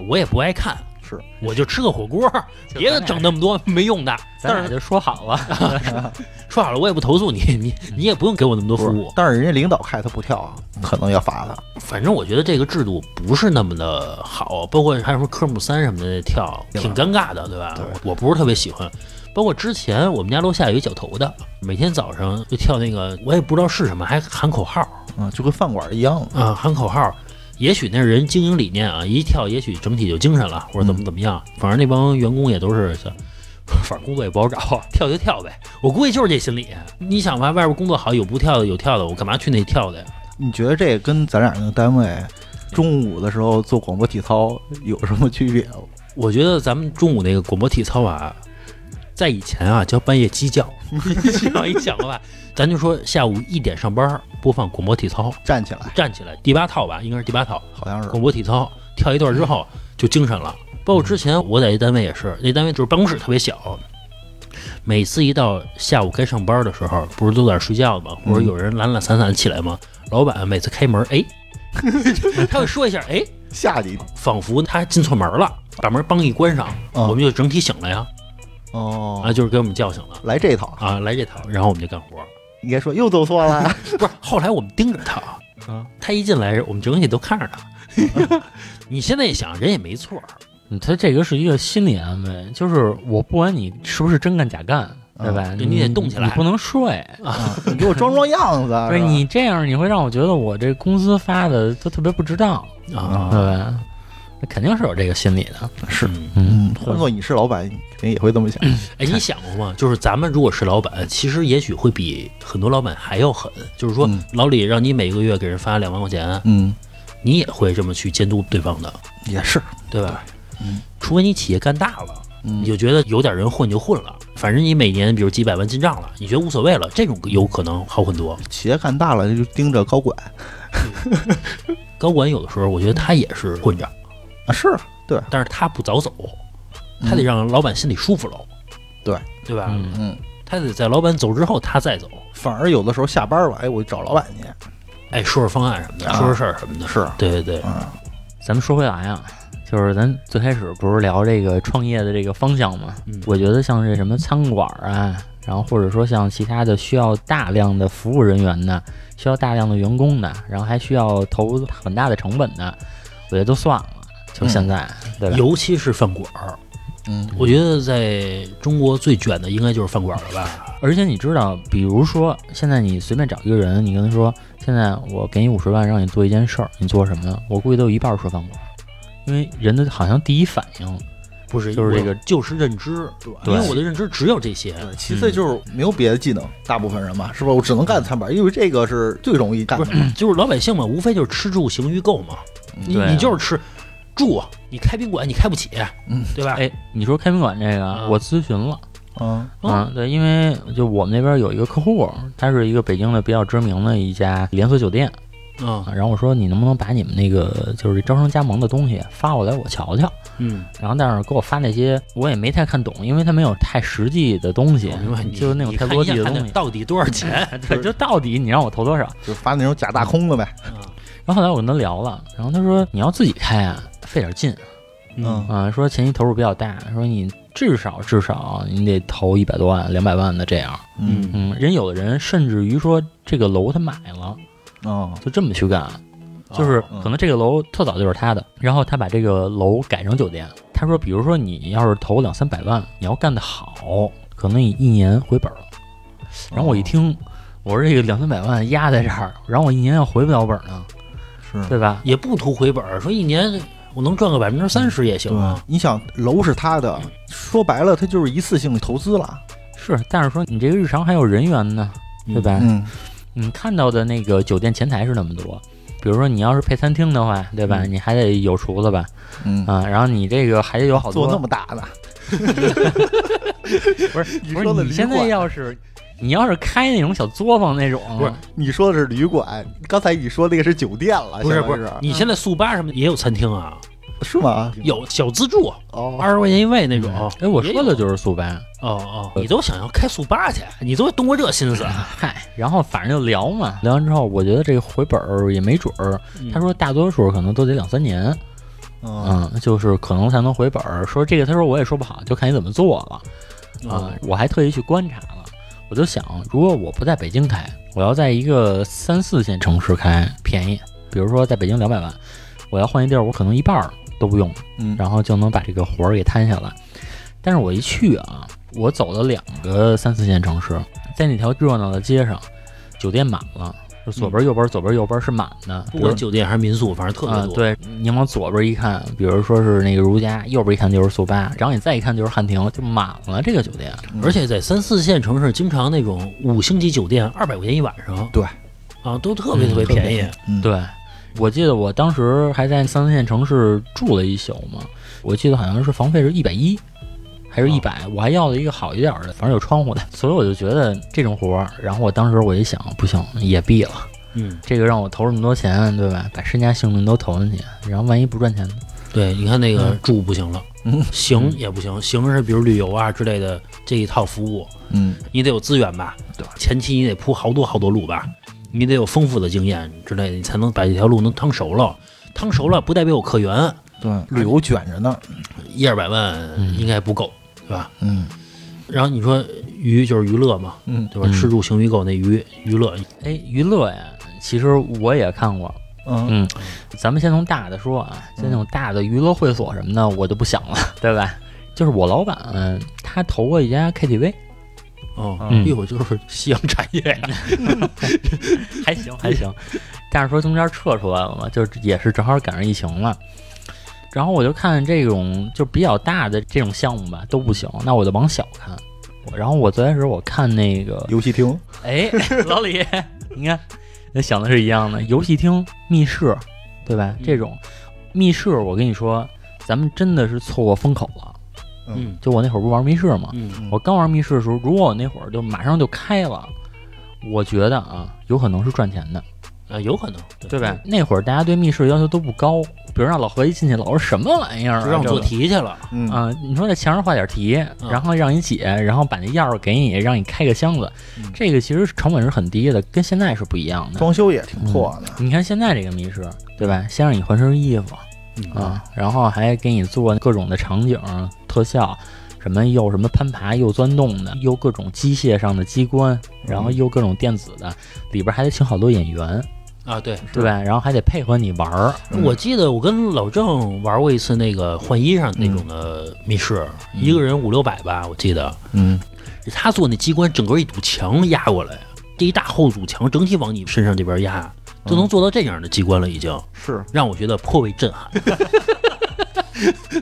Speaker 3: 我也不爱看，
Speaker 4: 是
Speaker 3: 我就吃个火锅，别整那么多没用的。
Speaker 2: 咱
Speaker 3: 但
Speaker 2: 俩
Speaker 3: 是
Speaker 2: 就说好了，
Speaker 3: 说好了，我也不投诉你，你
Speaker 2: 嗯
Speaker 3: 你也不用给我那么多服
Speaker 4: 不
Speaker 3: 务
Speaker 4: 是。。但是人家领导开他不跳啊，可能要罚他。
Speaker 3: 反正我觉得这个制度不是那么的好，包括还有说科目三什么的跳，
Speaker 4: 对吧
Speaker 3: 挺尴尬的，对吧？
Speaker 4: 对
Speaker 3: 我不是特别喜欢。包括之前我们家楼下有一脚头的，每天早上就跳那个，我也不知道是什么，还喊口号
Speaker 4: 嗯，就跟饭馆一样，
Speaker 3: 啊，喊口号。也许那人经营理念啊，一跳也许整体就精神了，或者怎么怎么样。反正那帮员工也都是，反正工作也不好找，跳就跳呗。我估计就是这心理。你想吧，外边工作好，有不跳的，有跳的，我干嘛去那跳的呀？
Speaker 4: 你觉得这跟咱俩那个单位中午的时候做广播体操有什么区别？
Speaker 3: 我觉得咱们中午那个广播体操啊，在以前啊叫半夜鸡叫，你想一想吧，咱就说下午一点上班播放广播体操，
Speaker 4: 站起来
Speaker 3: 站起来第八套吧，应该是第八套
Speaker 4: 好像是
Speaker 3: 广播体操，跳一段之后就精神了。包括之前我在一单位也是，那单位就是办公室特别小，每次一到下午该上班的时候，不是都在那儿睡觉吗？或者有人懒懒散散起来吗？老板每次开门，哎，他会说一下，哎，
Speaker 4: 下去
Speaker 3: 仿佛他进错门了，把门梆一关上，
Speaker 4: 嗯
Speaker 3: 我们就整体醒了呀，啊，
Speaker 4: 哦，
Speaker 3: 就是给我们叫醒了
Speaker 4: 来这套，
Speaker 3: 啊，来这套，然后我们就干活。
Speaker 4: 应该说又做错了，
Speaker 3: 不是，后来我们盯着他，啊，他一进来，我们整体都看着他。 你现在一想，人也没错，
Speaker 2: 嗯他这个是一个心理安慰，就是我不管你是不是真干假干，对吧？
Speaker 4: 嗯
Speaker 3: 对你得动起来
Speaker 2: 你不能睡。
Speaker 4: 啊你 给我装装样 子啊，
Speaker 2: 对
Speaker 4: 是吧
Speaker 2: 你这样，你会让我觉得我这工资发的都特别不值当，
Speaker 3: 啊，
Speaker 2: 对吧？那肯定是有这个心理的。
Speaker 4: 是
Speaker 3: 嗯
Speaker 2: 嗯，
Speaker 4: 嗯，换做你是老板，肯定也会这么想。
Speaker 3: 哎，你想过吗？就是咱们如果是老板，其实也许会比很多老板还要狠。就是说
Speaker 4: 嗯，
Speaker 3: 老李让你每个月给人发两万块钱，
Speaker 4: 嗯，
Speaker 3: 你也会这么去监督对方的，
Speaker 4: 也是，
Speaker 3: 对吧？
Speaker 4: 嗯，
Speaker 3: 除非你企业干大了。
Speaker 4: 嗯
Speaker 3: 你就觉得有点人混就混了，反正你每年比如几百万进账了，你觉得无所谓了，这种有可能好很多。
Speaker 4: 企业干大了就盯着高管
Speaker 3: 高管有的时候，我觉得他也是混着，
Speaker 4: 啊，是对，
Speaker 3: 但是他不早走，他得让老板心里舒服喽，
Speaker 4: 嗯对
Speaker 3: 对吧？
Speaker 2: 嗯
Speaker 4: 嗯，
Speaker 3: 他得在老板走之后他再走，
Speaker 4: 反而有的时候下班了，哎，我找老板去，
Speaker 3: 哎，说说方案什么的，
Speaker 4: 啊
Speaker 3: 说说事儿什么的，
Speaker 4: 是
Speaker 3: 对对对，
Speaker 4: 嗯
Speaker 2: 咱们说回来啊，就是咱最开始不是聊这个创业的这个方向吗？
Speaker 3: 嗯
Speaker 2: 我觉得像这什么餐馆啊，然后或者说像其他的需要大量的服务人员的，需要大量的员工的，然后还需要投很大的成本的，我觉得都算了。就现在，对吧？
Speaker 3: 尤其是饭馆儿，
Speaker 4: 嗯，
Speaker 3: 我觉得在中国最卷的应该就是饭馆儿了吧？
Speaker 2: 而且你知道，比如说现在你随便找一个人，你跟他说，现在我给你五十万，让你做一件事儿，你做什么呢？我估计都有一半儿说饭馆儿，因为人的好像第一反应
Speaker 3: 不是，
Speaker 2: 就是这个
Speaker 3: 我就是认知，
Speaker 4: 对
Speaker 3: 因为我的认知只有这些，
Speaker 4: 对，其次就是没有别的技能，大部分人嘛，是吧？我只能干餐板，因为这个是最容易干
Speaker 3: 不
Speaker 4: 的
Speaker 3: 是，就是老百姓嘛，无非就是吃住行娱购嘛，你
Speaker 2: 对啊
Speaker 3: 你就是吃住，啊你开宾馆你开不起，啊
Speaker 4: 嗯
Speaker 3: 对吧？
Speaker 2: 哎，你说开宾馆这个，
Speaker 3: 嗯
Speaker 2: 我咨询了，
Speaker 4: 嗯
Speaker 3: 哦
Speaker 2: 嗯，对，因为就我们那边有一个客户，他是一个北京的比较知名的一家连锁酒店，
Speaker 3: 嗯
Speaker 2: 啊然后我说你能不能把你们那个就是招商加盟的东西发过来我瞧瞧，
Speaker 3: 嗯，
Speaker 2: 然后但是给我发那些我也没太看懂，因为他没有太实际的东西
Speaker 3: 我明白，你，
Speaker 2: 就是那种
Speaker 3: 你
Speaker 2: 太
Speaker 3: 看
Speaker 2: 落地
Speaker 3: 一
Speaker 2: 的
Speaker 3: 下
Speaker 2: 东
Speaker 3: 看那
Speaker 2: 西，
Speaker 3: 到底多少钱？啊
Speaker 2: 对，就到底你让我投多少？
Speaker 4: 就发那种假大空的呗，
Speaker 2: 然后后来我跟他聊了，然后他说你要自己开啊，费点劲，
Speaker 4: 嗯
Speaker 2: 啊，说前期投入比较大，说你至少至少你得投一百多万、两百万的这样。
Speaker 4: 嗯
Speaker 2: 嗯，人有的人甚至于说这个楼他买了，
Speaker 4: 哦，
Speaker 2: 就这么去干，啊就是
Speaker 4: 嗯
Speaker 2: 可能这个楼特早就是他的，然后他把这个楼改成酒店。他说，比如说你要是投两三百万，你要干得好，可能你一年回本儿了。然后
Speaker 4: 哦
Speaker 2: 我一听，我说这个两三百万压在这儿，然后我一年要回不了本儿呢，
Speaker 4: 是
Speaker 2: 对吧？
Speaker 3: 也不图回本儿，说一年我能赚个百分之三十也行啊。
Speaker 4: 你想楼是他的，说白了，他就是一次性投资了，
Speaker 2: 是，但是说你这个日常还有人员呢，对吧？
Speaker 4: 嗯，
Speaker 2: 你看到的那个酒店前台是那么多，比如说你要是配餐厅的话，对吧？你还得有厨子吧，
Speaker 4: 嗯，
Speaker 2: 啊，然后你这个还得有好多
Speaker 4: 做那么大 的，
Speaker 2: 不是
Speaker 4: 你
Speaker 2: 不
Speaker 4: 说的
Speaker 2: 是你
Speaker 4: 旅
Speaker 2: 现在
Speaker 4: 馆
Speaker 2: 要是你要是开那种小作坊那种，
Speaker 4: 不是你说的是旅馆，刚才你说那个是酒店了，
Speaker 3: 啊不是
Speaker 4: 相当
Speaker 3: 不
Speaker 4: 于
Speaker 3: 是，你现在速八什么的也有餐厅啊，
Speaker 4: 是吗？
Speaker 3: 有小自助，啊
Speaker 4: 哦，
Speaker 3: 二十块钱一位那种。
Speaker 2: 哎，我说的
Speaker 3: 也有
Speaker 2: 就是速八，
Speaker 3: 哦哦，你都想要开速八去，你都动过这心思啊？
Speaker 2: 嗨，然后反正就聊嘛，聊完之后，我觉得这个回本儿也没准儿。
Speaker 3: 嗯
Speaker 2: 他说大多数可能都得两三年，
Speaker 4: 嗯，
Speaker 2: 嗯，就是可能才能回本儿。说这个，他说我也说不好，就看你怎么做了啊
Speaker 3: 哦。
Speaker 2: 我还特意去观察了，我就想，如果我不在北京开，我要在一个三四线城市开，便宜，比如说在北京两百万，我要换一地儿，我可能一半儿都不用，
Speaker 4: 嗯
Speaker 2: 然后就能把这个活儿给摊下来。但是我一去啊，我走了两个三四线城市，在那条热闹的街上，酒店满了，就左边右边左边右边是满的，
Speaker 3: 不
Speaker 2: 比如
Speaker 3: 管酒店还是民宿，反正特
Speaker 2: 啊、
Speaker 3: 别多。
Speaker 2: 对，你往左边一看，比如说是那个如家，右边一看就是速八，然后你再一看就是汉庭，就满了这个酒店。
Speaker 3: 而且在三四线城市，经常那种五星级酒店，二百块钱一晚上，
Speaker 4: 对，
Speaker 3: 啊，都特别
Speaker 2: 嗯
Speaker 3: 特别便宜。
Speaker 4: 嗯
Speaker 2: 对，我记得我当时还在三四线城市住了一宿嘛，我记得好像是房费是一百一，还是一百、我还要了一个好一点儿的，反正有窗户的，所以我就觉得这种活儿，然后我当时我一想，不行，也毙了，
Speaker 3: 嗯，
Speaker 2: 这个让我投这么多钱，对吧？把身家性命都投进去，然后万一不赚钱呢？
Speaker 3: 对，你看那个住不行了，
Speaker 4: 嗯
Speaker 3: 行也不行，行是比如旅游啊之类的这一套服务，
Speaker 4: 嗯，
Speaker 3: 你得有资源吧，
Speaker 4: 对吧
Speaker 3: 前期你得铺好多好多路吧，你得有丰富的经验之类的，你才能把这条路能趟熟了。趟熟了不代表有客源，
Speaker 4: 对，旅游卷着呢，
Speaker 3: 一二百万应该不够，对吧？
Speaker 4: 嗯
Speaker 3: 然后你说娱就是娱乐嘛，
Speaker 4: 嗯
Speaker 3: 对吧？
Speaker 2: 嗯
Speaker 3: 吃住行娱购那娱娱乐，
Speaker 2: 哎，娱乐呀，其实我也看过，
Speaker 4: 嗯
Speaker 2: 嗯，咱们先从大的说啊，像那种大的娱乐会所什么的，我就不想了，对吧？就是我老板，嗯他投过一家 KTV，
Speaker 3: 哦，
Speaker 2: 嗯
Speaker 3: 一会儿就是夕阳产业呀、
Speaker 2: 还行还行，但是说中间撤出来了嘛，就是也是正好赶上疫情了。然后我就看这种就比较大的这种项目吧都不行，那我就往小看。然后我最开始我看那个
Speaker 4: 游戏厅，
Speaker 2: 哎， 老李，你看，那想的是一样的。游戏厅、密室，对吧？
Speaker 3: 嗯
Speaker 2: 这种密室，我跟你说，咱们真的是错过风口了。
Speaker 3: 嗯
Speaker 2: 就我那会儿不玩密室吗？
Speaker 3: 嗯，
Speaker 2: 我刚玩密室的时候，如果我那会儿就马上就开了，我觉得啊，有可能是赚钱的，
Speaker 3: 啊，有可能，
Speaker 2: 对吧？？那会儿大家对密室要求都不高，比如让老何一进去，老是什么玩意儿、啊，
Speaker 3: 就让我
Speaker 2: 这
Speaker 3: 做
Speaker 2: 个
Speaker 3: 题去了，
Speaker 4: 嗯
Speaker 2: 啊、你说在墙上画点题，然后让你解，然后把那钥匙给你，让你开个箱子，
Speaker 4: 嗯
Speaker 2: 这个其实成本是很低的，跟现在是不一样的。
Speaker 4: 装修也挺破的，
Speaker 2: 你看现在这个密室，对吧？先让你换身衣服
Speaker 3: 嗯
Speaker 2: 啊，然后还给你做各种的场景特效，什么又什么攀爬又钻洞的，又各种机械上的机关，然后又各种电子的，里边还得请好多演员，
Speaker 3: 啊，对。
Speaker 2: 对吧？然后还得配合你玩儿，
Speaker 4: 嗯
Speaker 3: 我记得我跟老郑玩过一次那个换衣裳那种的密室，一个人五六百吧，我记得。
Speaker 4: 嗯
Speaker 3: 他做那机关，整个一堵墙压过来，这一大后堵墙整体往你身上这边压，都能做到这样的机关了，已经
Speaker 4: 是
Speaker 3: 让我觉得颇为震 撼。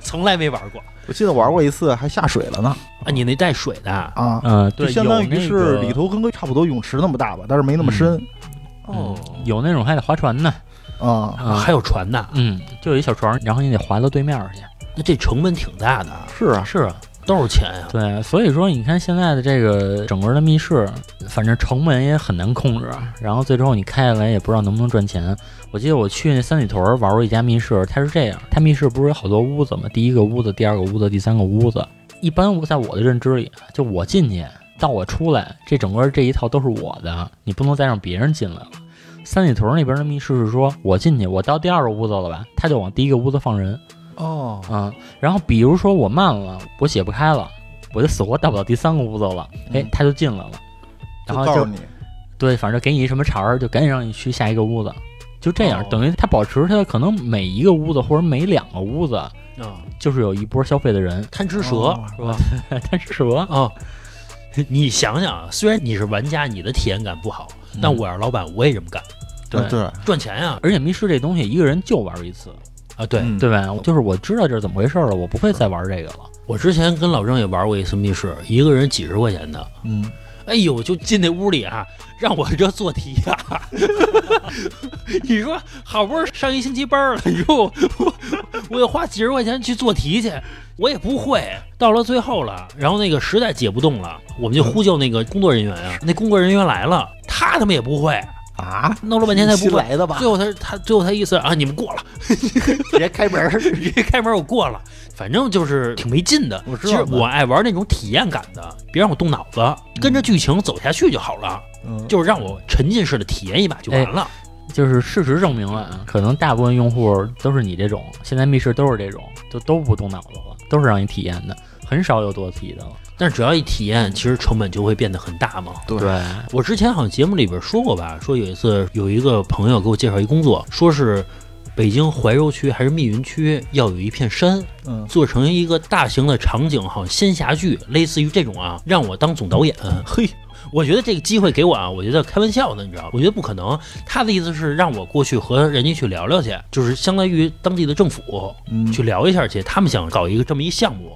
Speaker 3: 从来没玩过
Speaker 4: 我记得玩过一次还下水了呢，
Speaker 3: 啊！你那带水的
Speaker 4: 啊，
Speaker 2: 嗯、
Speaker 4: 就
Speaker 2: 对，
Speaker 4: 相当
Speaker 2: 有那
Speaker 4: 于是
Speaker 2: 个
Speaker 4: 里头跟个差不多泳池那么大吧，但是没那么深
Speaker 2: 嗯，有那种还得划船呢，
Speaker 4: 啊，
Speaker 2: 啊、
Speaker 3: 还有船呢，
Speaker 2: 嗯，就有一小船，然后你得划到对面儿去。
Speaker 3: 那这成本挺大的，
Speaker 4: 是啊，
Speaker 2: 是啊，
Speaker 3: 多少钱呀？
Speaker 2: 对，所以说你看现在的这个整个的密室，反正成本也很难控制，啊然后最终你开下来也不知道能不能赚钱。我记得我去那三里屯儿玩过一家密室，它是这样，它密室不是有好多屋子吗？第一个屋子，第二个屋子，第三个屋子。一般我在我的认知里，啊就我进去到我出来，这整个这一套都是我的，你不能再让别人进来了。三里屯儿那边的密室是说，我进去，我到第二个屋子了吧，他就往第一个屋子放人，
Speaker 4: 哦，
Speaker 2: 嗯，然后比如说我慢了，我解不开了，我就死活到不了第三个屋子了，哎
Speaker 4: 嗯，
Speaker 2: 他就进来了，
Speaker 4: 就
Speaker 2: 然后
Speaker 4: 告诉
Speaker 2: 就
Speaker 4: 你，
Speaker 2: 对，反正给你一什么茬儿，就赶紧让你去下一个屋子，就这样，
Speaker 3: 哦
Speaker 2: 等于他保持他可能每一个屋子或者每两个屋子，
Speaker 3: 啊，
Speaker 4: 哦
Speaker 2: 就是有一波消费的人
Speaker 3: 贪吃
Speaker 4: 是
Speaker 3: 蛇
Speaker 2: 贪吃蛇，
Speaker 3: 啊，你想想啊，虽然你是玩家，你的体验感不好，
Speaker 4: 嗯
Speaker 3: 但我要是老板，我也这么干，
Speaker 2: 对
Speaker 4: 啊对
Speaker 3: 赚钱呀
Speaker 2: 而且密室这东西一个人就玩一次，
Speaker 3: 啊！对
Speaker 4: 嗯
Speaker 2: 对吧？就是我知道这是怎么回事了，我不会再玩这个了。
Speaker 3: 我之前跟老郑也玩过一次密室，一个人几十块钱的，
Speaker 4: 嗯，
Speaker 3: 哎呦，就进那屋里啊， 让我这做题啊！ 你说好不容易上一星期班了，你 说我我我得花几十块钱去做题去，我也不会。到了最后了，然后那个实在解不动了，我们就呼叫那个工作人员啊，
Speaker 4: 嗯
Speaker 3: 那工作人员来了，他他妈也不会，
Speaker 4: 啊，
Speaker 3: 弄了半天他也
Speaker 4: 新
Speaker 3: 不会。
Speaker 4: 来的吧
Speaker 3: 最？后他他最后他意思啊，你们过了，
Speaker 4: 直接开门儿，
Speaker 3: 直接开门我过了，反正就是挺没劲的。
Speaker 4: 我知
Speaker 3: 其
Speaker 4: 道嗯
Speaker 3: 实
Speaker 4: 的
Speaker 3: 我爱玩那种体验感的，别让我动脑子，跟着剧情走下去就好了。
Speaker 4: 嗯
Speaker 3: 就是让我沉浸式的体验一把就完了。
Speaker 4: 哎
Speaker 2: 就是事实证明了啊，可能大部分用户都是你这种，现在密室都是这种，就都不动脑子了，都是让你体验的，很少有做题的了。
Speaker 3: 但是只要一体验，其实成本就会变得很大嘛。
Speaker 4: 对
Speaker 2: 对，
Speaker 3: 我之前好像节目里边说过吧，说有一次有一个朋友给我介绍一工作，说是北京怀柔区还是密云区要有一片山，
Speaker 4: 嗯，
Speaker 3: 做成一个大型的场景，好像仙侠剧，类似于这种啊，让我当总导演。
Speaker 4: 嗯
Speaker 3: 嘿，我觉得这个机会给我啊，我觉得开玩笑呢，你知道吗？我觉得不可能。他的意思是让我过去和人家去聊聊去，就是相当于当地的政府，
Speaker 4: 嗯
Speaker 3: 去聊一下去。他们想搞一个这么一项目，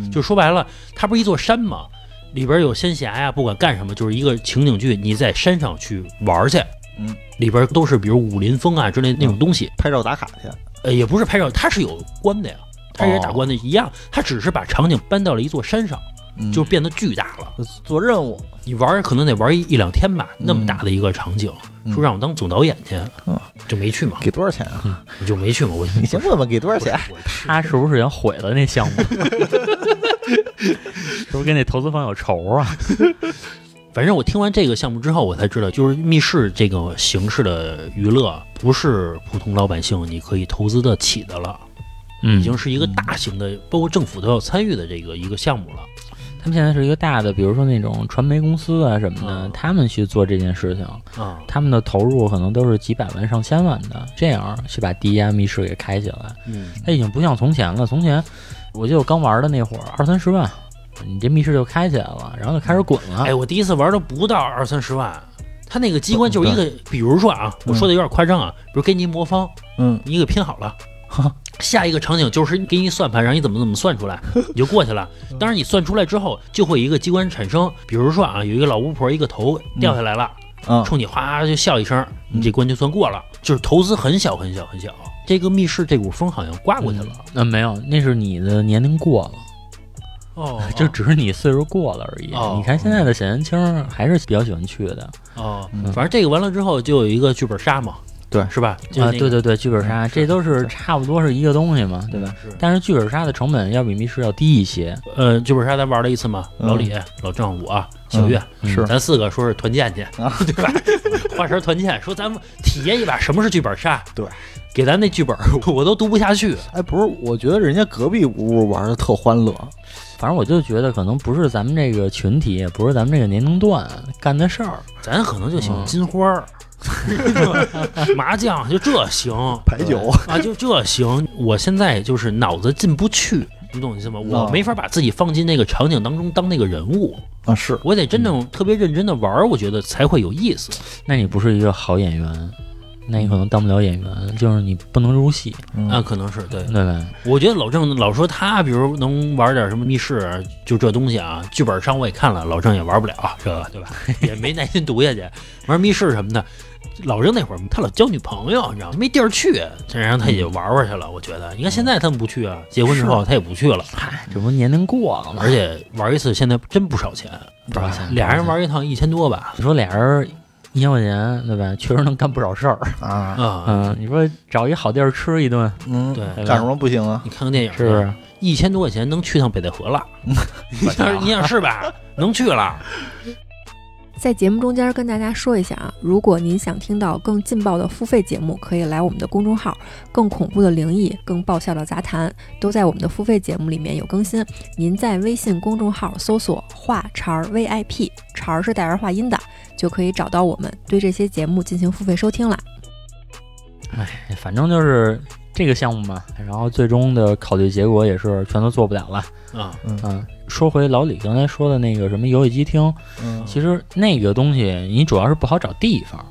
Speaker 4: 嗯
Speaker 3: 就说白了，它不是一座山吗？里边有仙侠呀，不管干什么，就是一个情景剧，你在山上去玩儿去。
Speaker 4: 嗯，
Speaker 3: 里边都是比如武林风啊之类那种东西，
Speaker 4: 拍照打卡去，
Speaker 3: 呃，也不是拍照，它是有关的呀，它也是打
Speaker 4: 哦
Speaker 3: 关的一样，它只是把场景搬到了一座山上，
Speaker 4: 嗯
Speaker 3: 就变得巨大了。
Speaker 4: 做任务，
Speaker 3: 你玩儿可能得玩一一两天吧，那么
Speaker 4: 嗯
Speaker 3: 大的一个场景，
Speaker 4: 嗯
Speaker 3: 说让我当总导演去
Speaker 4: 嗯，
Speaker 3: 就没去嘛，
Speaker 4: 给多少钱啊？
Speaker 3: 我就没去嘛，我
Speaker 4: 你先问问给多少钱？
Speaker 3: 我
Speaker 2: 他是不是也毁了那项 目？是不是跟那投资方有仇啊？
Speaker 3: 反正我听完这个项目之后，我才知道，就是密室这个形式的娱乐，不是普通老百姓你可以投资得起的了，
Speaker 2: 嗯
Speaker 3: 已经是一个大型的，包括政府都要参与的这个一个项目了。
Speaker 2: 他们现在是一个大的，比如说那种传媒公司啊什么的，
Speaker 3: 嗯
Speaker 2: 他们去做这件事情，
Speaker 3: 啊、
Speaker 2: 他们的投入可能都是几百万、上千万的，这样去把第一家密室给开起来。
Speaker 3: 嗯，
Speaker 2: 它已经不像从前了，从前我记得我刚玩的那会儿，二三十万，你这密室就开起来了，然后就开始滚了。
Speaker 3: 哎，我第一次玩都不到二三十万，他那个机关就是一个，比如说啊，我说的有点夸张啊，比如给你一魔方，
Speaker 4: 嗯，
Speaker 3: 你给拼好了。下一个场景就是给你算盘，让你怎么怎么算出来，你就过去了。当然，你算出来之后，就会有一个机关产生。比如说啊，有一个老巫婆，一个头掉下来了，
Speaker 4: 啊，
Speaker 3: 冲你哗就笑一声，你这关就算过了。嗯就是投资很小很小很小，这个密室这股风好像刮过去了。
Speaker 2: 嗯、没有，那是你的年龄过了，
Speaker 3: 哦
Speaker 2: 就只是你岁数过了而已。
Speaker 3: 哦
Speaker 2: 你看现在的小年轻儿还是比较喜欢去的。
Speaker 3: 哦
Speaker 4: 嗯，
Speaker 3: 反正这个完了之后就有一个剧本杀嘛，
Speaker 4: 对
Speaker 3: 是吧？就是
Speaker 2: 啊，
Speaker 3: 那
Speaker 2: 对
Speaker 3: 个，嗯
Speaker 2: 对对，剧本杀，这都是差不多是一个东西嘛，对吧？
Speaker 3: 是
Speaker 2: 但是剧本杀的成本要比密室要低一些，
Speaker 3: 呃，剧本杀咱玩了一次嘛，
Speaker 4: 嗯
Speaker 3: 老李、老郑、我、小月，
Speaker 2: 嗯
Speaker 4: 是
Speaker 3: 咱四个说是团建去，
Speaker 4: 啊
Speaker 3: 对吧？花神团建，说咱们体验一把什么是剧本杀。
Speaker 4: 对，
Speaker 3: 给咱那剧本 我都读不下去。
Speaker 4: 哎，不是，我觉得人家隔壁屋玩的特欢乐，
Speaker 2: 反正我就觉得可能不是咱们这个群体，也不是咱们这个年龄段干的事儿。
Speaker 3: 咱可能就喜欢
Speaker 2: 嗯
Speaker 3: 金花儿、 麻将，就这行，
Speaker 4: 牌九
Speaker 3: 啊，就这行。我现在就是脑子进不去，你懂我意思吗？我
Speaker 4: 哦
Speaker 3: 没法把自己放进那个场景当中当那个人物，
Speaker 4: 啊，是
Speaker 3: 我得真正特别认真的玩儿，我觉得才会有意思。
Speaker 2: 那你不是一个好演员，那你可能当不了演员，就是你不能入戏，
Speaker 3: 啊，可能是对。
Speaker 2: 对吧？
Speaker 3: 我觉得老郑老说他，比如能玩点什么密室，就这东西啊，剧本上我也看了，老郑也玩不了，啊这个 对吧？也没耐心读下去，玩密室什么的。老郑那会儿他老交女朋友，你知道吗没地儿去，这让他也玩玩去了。我觉得，你看现在他们不去啊，结婚之后他也不去了，
Speaker 2: 嗨，这不年龄过了吗？
Speaker 3: 而且玩一次现在真不少钱，
Speaker 2: 多
Speaker 4: 啊
Speaker 2: 少钱？
Speaker 3: 嗯俩人，玩一趟一千多吧。
Speaker 2: 你说俩人一千块钱，对吧？确实能干不少事儿。
Speaker 4: 啊，
Speaker 3: 啊，
Speaker 2: 嗯，你说找一好地儿吃一顿，
Speaker 4: 嗯，
Speaker 3: 对
Speaker 4: 干什么不行啊？
Speaker 3: 你看个电影
Speaker 2: 是不是？
Speaker 3: 一千多块钱能去趟北戴河 了，你想你想是啊吧？能去了。
Speaker 5: 在节目中间跟大家说一下啊，如果您想听到更劲爆的付费节目，可以来我们的公众号，更恐怖的灵异、更爆笑的杂谈，都在我们的付费节目里面有更新。您在微信公众号搜索“话茬儿 VIP”，茬儿是带儿化音的，就可以找到我们，对这些节目进行付费收听了。
Speaker 2: 哎反正就是这个项目嘛，然后最终的考虑结果也是全都做不了了。
Speaker 3: 啊，
Speaker 2: 嗯，说回老李刚才说的那个什么游戏机厅，
Speaker 4: 嗯，
Speaker 2: 其实那个东西你主要是不好找地方，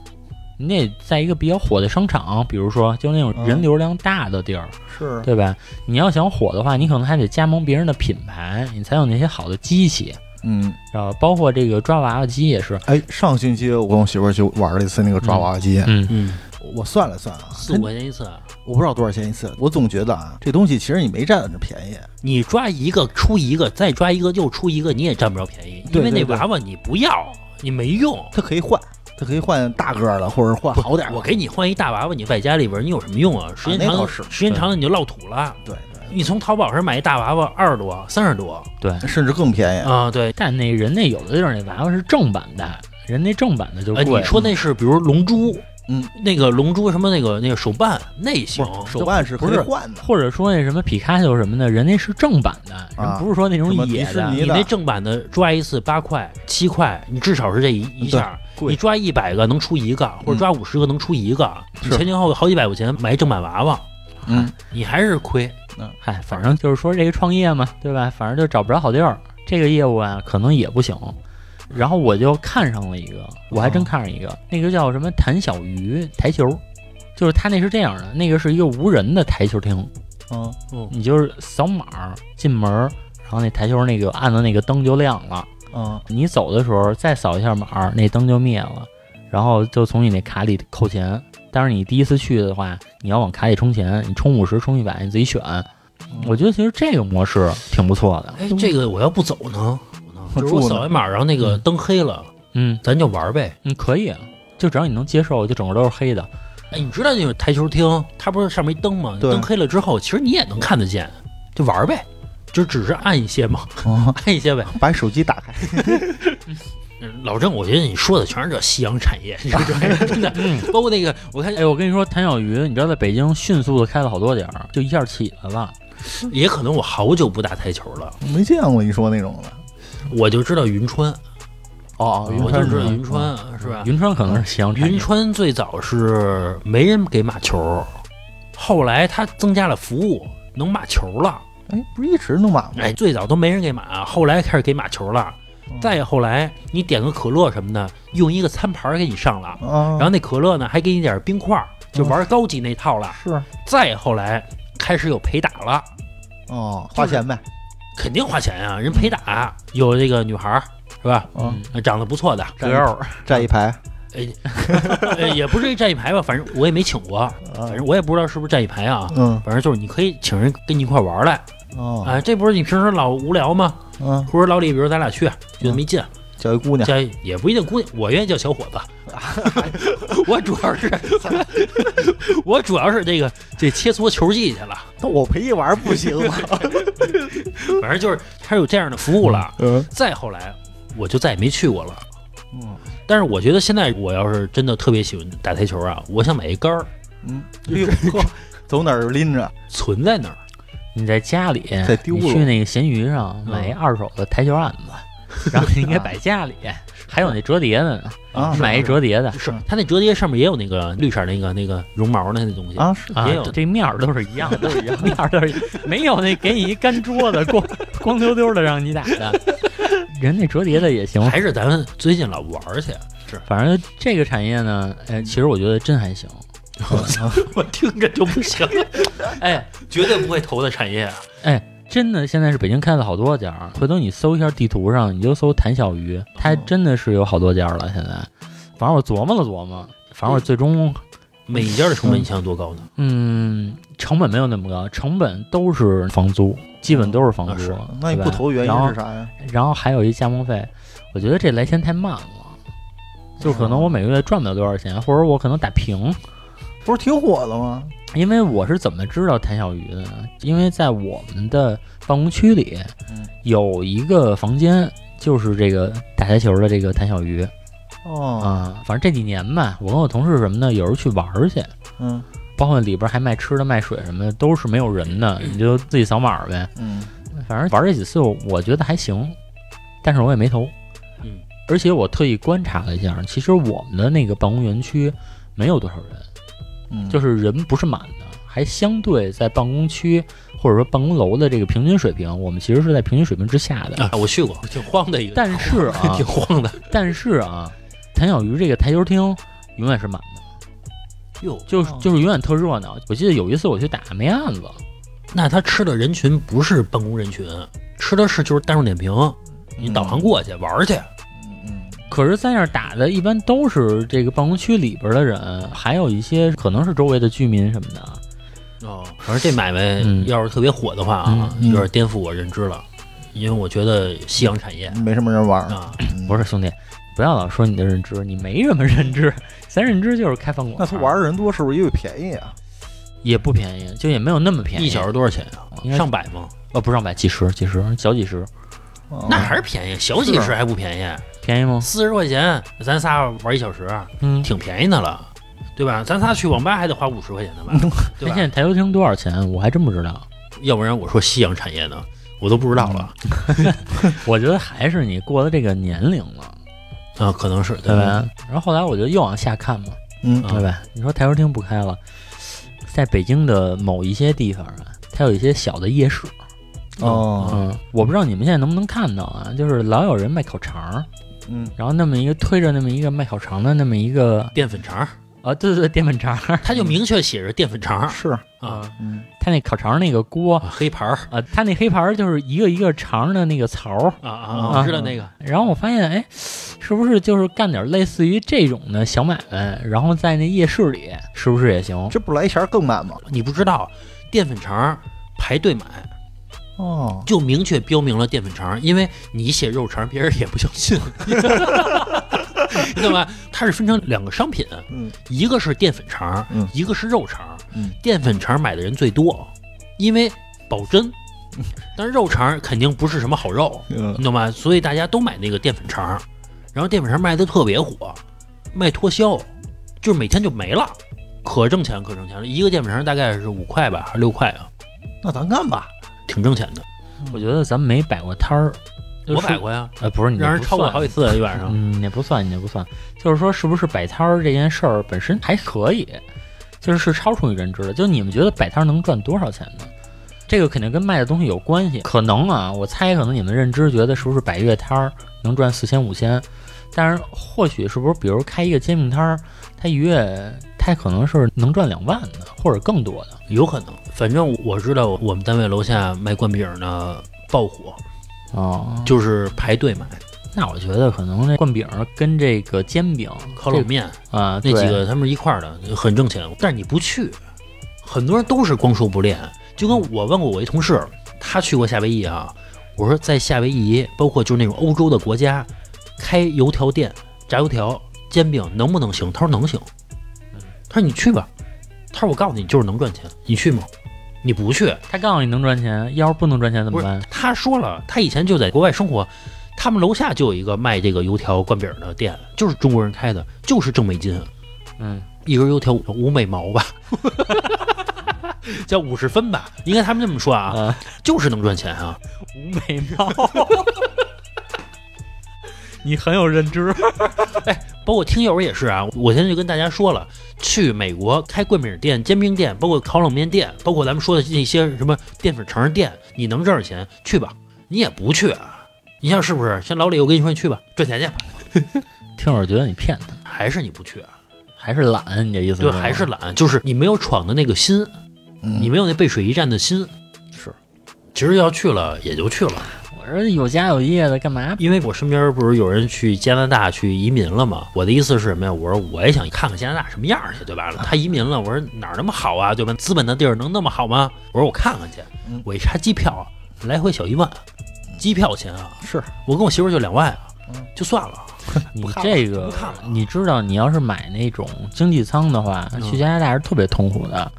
Speaker 2: 你得在一个比较火的商场，比如说就那
Speaker 4: 嗯
Speaker 2: 种人流量大的地儿，
Speaker 4: 是
Speaker 2: 对吧？你要想火的话，你可能还得加盟别人的品牌，你才有那些好的机器，
Speaker 4: 嗯，
Speaker 2: 然后呃包括这个抓娃娃机也是，
Speaker 4: 哎，上星期我跟我媳妇儿去玩了一次那个抓娃娃机，
Speaker 2: 嗯
Speaker 3: 嗯，
Speaker 4: 我算了算啊，
Speaker 3: 四五块钱一次，
Speaker 4: 我不知道多少钱一次，我总觉得啊，这东西其实你没占着便宜，
Speaker 3: 你抓一个出一个，再抓一个又出一个，你也占不着便宜，因
Speaker 4: 对
Speaker 3: 为那
Speaker 4: 对对
Speaker 3: 娃娃你不要，你没用。
Speaker 4: 它可以换，它可以换大个儿的，或者换好点儿的。
Speaker 3: 我给你换一大娃娃，你在家里边你有什么用啊？时间
Speaker 4: 那
Speaker 3: 长，
Speaker 4: 倒是
Speaker 3: 时间长了你就落土了。
Speaker 4: 对对，
Speaker 3: 你从淘宝上买一大娃娃，二十多、三十多
Speaker 4: 甚至更便宜。
Speaker 3: 啊，对。
Speaker 2: 但那人那有的地儿那娃娃是正版的，人那正版的就
Speaker 3: 哎，
Speaker 2: 贵。
Speaker 3: 你说那是比如龙珠，
Speaker 4: 嗯，
Speaker 3: 那个龙珠什么那个那个手办那行，
Speaker 4: 不是手办是可以
Speaker 2: 不是
Speaker 4: 换的，
Speaker 2: 或者说那什么皮卡丘什么的，人那是正版的，人
Speaker 4: 啊
Speaker 2: 不是说那种
Speaker 4: 什么
Speaker 2: 野
Speaker 4: 迪士
Speaker 2: 的。
Speaker 4: 尼
Speaker 3: 你那正版的抓一次八块七块，你至少是这一一下，
Speaker 4: 贵嗯
Speaker 3: 你抓一百个能出一个，或者抓五十个能出一个，你
Speaker 4: 是
Speaker 3: 前前后后好几百块钱买正版娃娃，
Speaker 4: 嗯，
Speaker 3: 你还是亏。
Speaker 2: 嗨，反正就是说这个创业嘛，对吧？反正就找不着好地儿，这个业务啊可能也不行。然后我就看上了一个，我还真看上一
Speaker 4: 啊
Speaker 2: 个，那个叫什么弹小鱼台球，就是它那是这样的，那个是一个无人的台球厅，
Speaker 4: 嗯，
Speaker 3: 嗯，
Speaker 2: 你就是扫码儿进门儿，然后那台球那个按的那个灯就亮了。
Speaker 4: 嗯，
Speaker 2: 你走的时候再扫一下码儿，那灯就灭了，然后就从你那卡里扣钱。但是你第一次去的话，你要往卡里充钱，你充五十、充一百，你自己选。我觉得其实这个模式挺不错的。
Speaker 3: 哎，这个我要不走呢？就是我
Speaker 4: 住
Speaker 3: 扫
Speaker 4: 呢
Speaker 3: 完码，然后那个灯黑了，
Speaker 2: 嗯
Speaker 3: 咱就玩呗。
Speaker 2: 嗯，可以，就只要你能接受，就整个都是黑的。
Speaker 3: 哎，你知道那种台球厅，它不是上面一灯吗？
Speaker 4: 对
Speaker 3: 灯黑了之后，其实你也能看得见，就玩呗，就只是暗一些嘛，
Speaker 4: 嗯
Speaker 3: 暗一些呗。 嗯
Speaker 4: 把手机打开，
Speaker 3: 老郑，我觉得你说的全是这夕阳产业，你知道吗 真的，
Speaker 4: 嗯
Speaker 3: 包括那个，我看
Speaker 2: 哎，我跟你说，谭小鱼，你知道在北京迅速的开了好多点儿，就一下起来了。
Speaker 3: 也可能我好久不打台球了，
Speaker 4: 没见过你说那种的。
Speaker 3: 我就知道云川，
Speaker 2: 哦
Speaker 4: 云
Speaker 3: 我就
Speaker 4: 川
Speaker 3: 知道
Speaker 4: 是吧嗯
Speaker 3: 云川是吧？
Speaker 2: 云川可能是夕阳产业
Speaker 3: 云川最早是没人给码球，后来他增加了服务，能码球了。
Speaker 4: 哎，不是一直弄满吗？
Speaker 3: 哎，最早都没人给码，后来开始给码球了。
Speaker 4: 嗯
Speaker 3: 再后来，你点个可乐什么的，用一个餐盘给你上了，
Speaker 4: 啊，
Speaker 3: 然后那可乐呢还给你点冰块儿，就玩高级那套了。
Speaker 4: 是
Speaker 3: 再后来开始有陪打了。
Speaker 4: 哦，花钱呗，
Speaker 3: 肯定花钱啊，人陪打有这个女孩儿是吧？
Speaker 4: 嗯，啊
Speaker 3: 长得不错的，
Speaker 4: 站站一排，
Speaker 3: 呃也不至于站一排吧，反正我也没请过，
Speaker 4: 啊
Speaker 3: 反正我也不知道是不是站一排啊。
Speaker 4: 嗯
Speaker 3: 反正就是你可以请人跟你一块玩儿来，啊、
Speaker 4: 哦，
Speaker 3: 这不是你平时老无聊吗？
Speaker 4: 嗯，
Speaker 3: 或者老李，比如咱俩去，啊觉得没劲，
Speaker 4: 叫一姑娘，
Speaker 3: 叫也不一定姑娘，我愿意叫小伙子，我主要是，我主要是这个这切磋球技去了，
Speaker 4: 那我陪你玩不行 吗？
Speaker 3: 反正就是开始有这样的服务了。
Speaker 4: 嗯
Speaker 3: 再后来，我就再也没去过了。
Speaker 4: 嗯
Speaker 3: 但是我觉得现在我要是真的特别喜欢打台球啊，我想买一杆儿
Speaker 4: 嗯， 哎呦呵走哪儿拎着？
Speaker 3: 存在那儿，
Speaker 2: 你在家里，
Speaker 4: 在丢
Speaker 2: 你
Speaker 4: 了
Speaker 2: 去那个闲鱼上
Speaker 3: 嗯
Speaker 2: 买一二手的台球案子，然后你应该摆家里，还有那折叠的呢，
Speaker 4: 啊是
Speaker 2: 买一折叠的
Speaker 3: 是它那折叠上面也有那个绿色那个那个绒毛的那东西，
Speaker 4: 啊，是
Speaker 2: 啊
Speaker 3: 也有，
Speaker 2: 这面儿都是一样，都是一样， 面儿都是一样没有那给你一干桌子光光溜溜的让你打的，人那折叠的也行，
Speaker 3: 还是咱们最近老玩儿去。
Speaker 2: 反正这个产业呢，哎，其实我觉得真还行，
Speaker 4: 啊
Speaker 3: 我听着就不行， 哎，绝对不会投的产业啊！
Speaker 2: 哎。真的，现在是北京开了好多家儿。回头你搜一下地图上，你就搜谭小鱼，它还真的是有好多家儿了。现在，反正我琢磨了琢磨，反正我最终
Speaker 3: 每一家的成本你想有多高呢？
Speaker 2: 嗯，成本没有那么高，成本都是房租，基本都是房
Speaker 3: 啊
Speaker 2: 租
Speaker 3: 是。
Speaker 4: 那你
Speaker 2: 对
Speaker 4: 不
Speaker 2: 吧
Speaker 4: 投原
Speaker 2: 然
Speaker 4: 因
Speaker 2: 后
Speaker 4: 是啥呀？
Speaker 2: 然后还有一加盟费，我觉得这来钱太慢了，就可
Speaker 4: 啊
Speaker 2: 能我每个月赚不了多少钱，或者我可能打平。
Speaker 4: 不是挺火的吗？
Speaker 2: 因为我是怎么知道谭小鱼的呢？因为在我们的办公区里
Speaker 4: 嗯
Speaker 2: 有一个房间，就是这个打台球的这个谭小鱼
Speaker 4: 哦，
Speaker 2: 啊、反正这几年吧，我跟我同事什么的，有时候去玩儿去，
Speaker 4: 嗯
Speaker 2: 包括里边还卖吃的、卖水什么的，都是没有人的，你就自己扫码儿呗。
Speaker 4: 嗯，
Speaker 2: 反正玩这几次，我觉得还行，但是我也没投。
Speaker 3: 嗯，
Speaker 2: 而且我特意观察了一下，其实我们的那个办公园区没有多少人，
Speaker 4: 嗯
Speaker 2: 就是人不是满的，还相对在办公区或者说办公楼的这个平均水平，我们其实是在平均水平之下的。
Speaker 3: 啊，我去过，挺荒的一个，
Speaker 2: 但是啊
Speaker 3: 挺，荒的。
Speaker 2: 但是啊，谭小鱼这个台球厅永远是满的，
Speaker 3: 哟，
Speaker 2: 就是
Speaker 4: 哦
Speaker 2: 就是永远特热闹。我记得有一次我去打梅案子，
Speaker 3: 那他吃的人群不是办公人群，吃的是就是大众点评，你导航过去玩儿去。
Speaker 4: 嗯
Speaker 2: 可是在那儿打的一般都是这个办公区里边的人，还有一些可能是周围的居民什么的。
Speaker 3: 哦，反正这买卖
Speaker 2: 嗯
Speaker 3: 要是特别火的话啊，
Speaker 4: 嗯嗯
Speaker 3: 有点颠覆我认知了，因为我觉得夕阳产业
Speaker 4: 嗯，没什么人玩儿，
Speaker 3: 啊，
Speaker 4: 嗯
Speaker 2: 不是兄弟，不要老说你的认知，你没什么认知，咱认知就是开饭馆。
Speaker 4: 那他玩儿人多，是不是因为便宜啊？
Speaker 2: 也不便宜，就也没有那么便宜，
Speaker 3: 一小时多少钱啊？
Speaker 2: 应该
Speaker 3: 上百吗？
Speaker 2: 呃不上百，几十几十小几十，
Speaker 4: 哦
Speaker 3: 那还是便宜，小几
Speaker 4: 是啊
Speaker 3: 十还不便宜，
Speaker 2: 便宜吗？
Speaker 3: 四十块钱，咱仨玩一小时，啊
Speaker 2: 嗯，
Speaker 3: 挺便宜的了，对吧？咱仨去网吧还得花五十块钱呢吧？
Speaker 2: 那
Speaker 3: 对
Speaker 2: 现
Speaker 3: 吧
Speaker 2: 在台球厅多少钱？我还真不知道。
Speaker 3: 要不然我说夕阳产业呢，我都不知道了
Speaker 2: 我觉得还是你过了这个年龄了，
Speaker 3: 啊，可能是
Speaker 2: 对吧？？然后后来我就又往下看嘛，
Speaker 4: 嗯
Speaker 3: 啊
Speaker 2: 对吧？你说台球厅不开了，在北京的某一些地方啊，它有一些小的夜市，
Speaker 4: 哦
Speaker 2: 嗯，我不知道你们现在能不能看到啊，就是老有人卖烤肠儿，
Speaker 4: 嗯
Speaker 2: 然后那么一个推着那么一个卖烤肠的那么一个
Speaker 3: 淀粉肠儿，
Speaker 2: 啊，对对对，淀粉肠儿
Speaker 3: 他就明确写着淀粉肠儿
Speaker 4: 是
Speaker 3: 啊，
Speaker 4: 嗯
Speaker 2: 他那烤肠那个 锅
Speaker 3: 啊黑牌儿
Speaker 2: 啊，他那黑盘儿就是一个一个肠儿的那个槽儿，
Speaker 3: 啊
Speaker 2: 啊
Speaker 3: 啊，我知道那个，
Speaker 2: 然后我发现哎，是不是就是干点类似于这种的小买卖，然后在那夜市里是不是也行？
Speaker 3: 嗯
Speaker 4: 这不来钱儿更慢吗？
Speaker 3: 你不知道淀粉肠儿排队买，
Speaker 4: 哦，
Speaker 3: 就明确标明了淀粉肠儿，因为你写肉肠儿，别人也不相 信。你懂吧？它是分成两个商品，
Speaker 4: 嗯
Speaker 3: 一个是淀粉肠儿，
Speaker 4: 嗯
Speaker 3: 一个是肉肠儿。
Speaker 4: 嗯
Speaker 3: 淀粉肠儿买的人最多，因为保真。但是肉肠儿肯定不是什么好肉，
Speaker 4: 嗯
Speaker 3: 你懂吧？所以大家都买那个淀粉肠儿，然后淀粉肠儿卖的特别火，卖脱销，就是每天就没了，可挣钱可挣钱了。一个淀粉肠儿大概是五块吧，还是六块啊，
Speaker 4: 那咱干吧。
Speaker 3: 挺挣钱的。
Speaker 2: 我觉得咱们没摆过摊儿，
Speaker 3: 我摆
Speaker 2: 过，
Speaker 3: 过呀，
Speaker 2: 呃，不是你
Speaker 3: 让人超过好几
Speaker 2: 几。
Speaker 3: 次一晚上。
Speaker 2: 嗯，也不算，也不算，就是说，是不是摆摊儿这件事儿本身还可以，就是是超出你认知的。就你们觉得摆摊儿能赚多少钱呢？这个肯定跟卖的东西有关系。可能啊，我猜可能你们认知觉得是不是摆月摊儿能赚四千五千，但是或许是不是比如开一个煎饼摊儿，它一月它可能是能赚两万的，或者更多的。
Speaker 3: 有可能，反正我知道我们单位楼下卖灌饼儿呢爆火，
Speaker 2: 哦，就
Speaker 3: 就是排队买
Speaker 2: 那我觉得可能这灌饼儿跟这个煎饼
Speaker 3: 烤冷面
Speaker 2: 这啊、
Speaker 3: 那
Speaker 2: 对
Speaker 3: 几个，他们是一块儿的，很挣钱。但是你不去，很多人都是光说不练。就跟我问过我一同事，他去过夏威夷啊，我说在夏威夷，包括就是那种欧洲的国家，开油条店、炸油条、煎饼能不能行？他说能行。他说你去吧，他说我告诉你，就是能赚钱，你去吗？你不去，
Speaker 2: 他告诉你能赚钱，要是不能赚钱怎
Speaker 3: 不
Speaker 2: 么
Speaker 3: 是
Speaker 2: 办？
Speaker 3: 他说了，他以前就在国外生活，他们楼下就有一个卖这个油条灌饼的店，就是中国人开的，就是挣美金，啊
Speaker 2: 嗯。
Speaker 3: 一根油条五美 毛吧，叫五十分吧，应该他们这么说啊，
Speaker 2: 啊，
Speaker 3: 就是能赚钱啊。
Speaker 2: 无美貌，你很有认知。
Speaker 3: 包括听友也是啊，我现在就跟大家说了，去美国开灌饼店、煎饼店，包括烤冷面店，包括咱们说的那些什么淀粉肠店，你能挣着钱去吧，你也不去啊。你像是不是？像老李，我跟你说，你去吧，赚钱去吧，
Speaker 2: 听友觉得你骗他，
Speaker 3: 还是你不去啊？
Speaker 2: 还是懒？你这意思？
Speaker 3: 对，还是懒，就是你没有闯的那个心，你
Speaker 4: 嗯，
Speaker 3: 没有那背水一战的心。
Speaker 4: 是，
Speaker 3: 其实要去了也就去了，
Speaker 2: 我说有家有业的，干嘛？
Speaker 3: 因为我身边不是有人去加拿大去移民了嘛。我的意思是什么呀？我说我也想看看加拿大什么样儿去，对吧？他移民了，我说哪儿那么好啊，对吧？资本的地儿能那么好吗？我说我看看去
Speaker 4: 嗯，
Speaker 3: 我一查机票，啊来回小一万，机票钱啊，
Speaker 4: 是
Speaker 3: 我跟我媳妇儿就两万啊
Speaker 4: 嗯，
Speaker 3: 就算了。
Speaker 2: 你
Speaker 3: 不看了
Speaker 2: 这个
Speaker 3: 不看了，
Speaker 2: 你知道，你要是买那种经济舱的话，
Speaker 3: 嗯
Speaker 2: 去加拿大是特别痛苦的。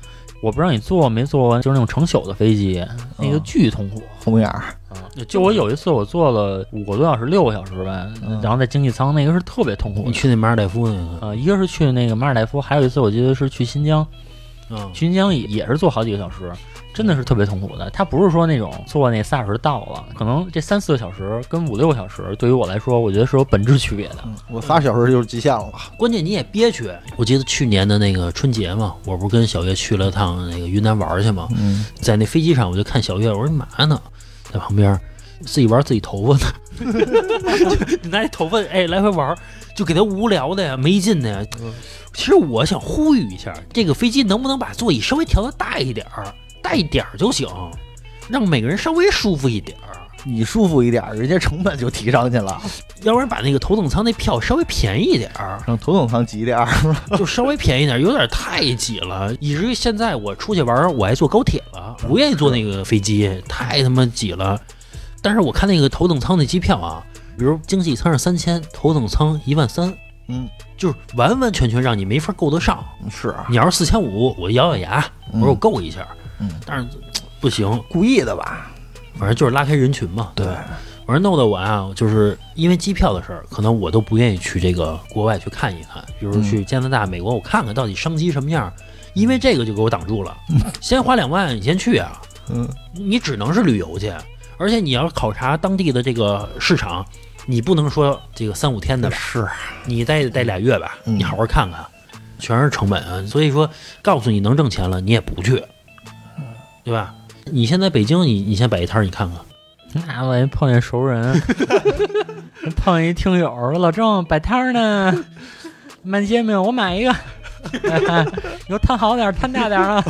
Speaker 2: 我不知道你坐过没坐过，就是那种成宿的飞机，那个巨痛苦。
Speaker 4: 红眼儿，
Speaker 2: 嗯就我有一次，我坐了五个多小时、六个小时吧，
Speaker 4: 嗯
Speaker 2: 然后在经济舱那个是特别痛苦的。
Speaker 3: 你去那马尔代夫那个，
Speaker 2: 呃，一个是去那个马尔代夫，还有一次我记得是去新疆，
Speaker 3: 嗯，
Speaker 2: 新疆也也是坐好几个小时，真的是特别痛苦的。它不是说那种坐那仨小时到了，可能这三四个小时跟五六个小时，对于我来说，我觉得是有本质区别的。
Speaker 4: 嗯，我仨小时就是极限了。
Speaker 3: 关键你也憋屈。我记得去年的那个春节嘛，我不是跟小月去了趟那个云南玩儿去 嘛，
Speaker 4: 嗯，
Speaker 3: 在那飞机上我就看小月，我说你嘛呢，在旁边自己玩自己头发呢， 就你拿那头发哎来回玩儿，就给他无聊的呀，没劲的呀。其实我想呼吁一下，这个飞机能不能把座椅稍微调的大一点儿，大一点儿就行，让每个人稍微舒服一点儿。
Speaker 4: 你舒服一点，人家成本就提上去了，
Speaker 3: 要不然把那个头等舱那票稍微便宜一点儿，
Speaker 4: 让头等舱挤点儿。
Speaker 3: 就稍微便宜点儿，有点太挤了，以至于现在我出去玩儿，我还坐高铁了，不愿意坐那个飞机，太他妈挤了。但是我看那个头等舱那机票啊，比如经济舱是三千，头等舱一万三，
Speaker 4: 嗯，
Speaker 3: 就是完完全全让你没法够得上。
Speaker 4: 是啊，
Speaker 3: 你要是四千五，我咬咬牙，我说我够一下，
Speaker 4: 嗯
Speaker 3: 但是不行，
Speaker 4: 故意的吧？
Speaker 3: 反正就是拉开人群嘛。
Speaker 4: 对，
Speaker 3: 我说弄得我啊，就是因为机票的事儿，可能我都不愿意去这个国外去看一看，比如说去加拿大、美国，我看看到底商机什么样儿。因为这个就给我挡住了，先花两万，你先去啊，
Speaker 4: 嗯，
Speaker 3: 你只能是旅游去，而且你要考察当地的这个市场，你不能说这个三五天的吧，
Speaker 4: 是
Speaker 3: 你待得待俩月吧，
Speaker 4: 嗯
Speaker 3: 你好好看看，全是成本啊。所以说，告诉你能挣钱了，你也不去，
Speaker 4: 嗯
Speaker 3: 对吧？你现在北京，你你先摆一摊儿，你看看。
Speaker 2: 那万一碰见熟人，碰见一听友说老郑摆摊儿呢，卖煎饼，我买一 个。你给我摊好点儿，摊大点儿啊，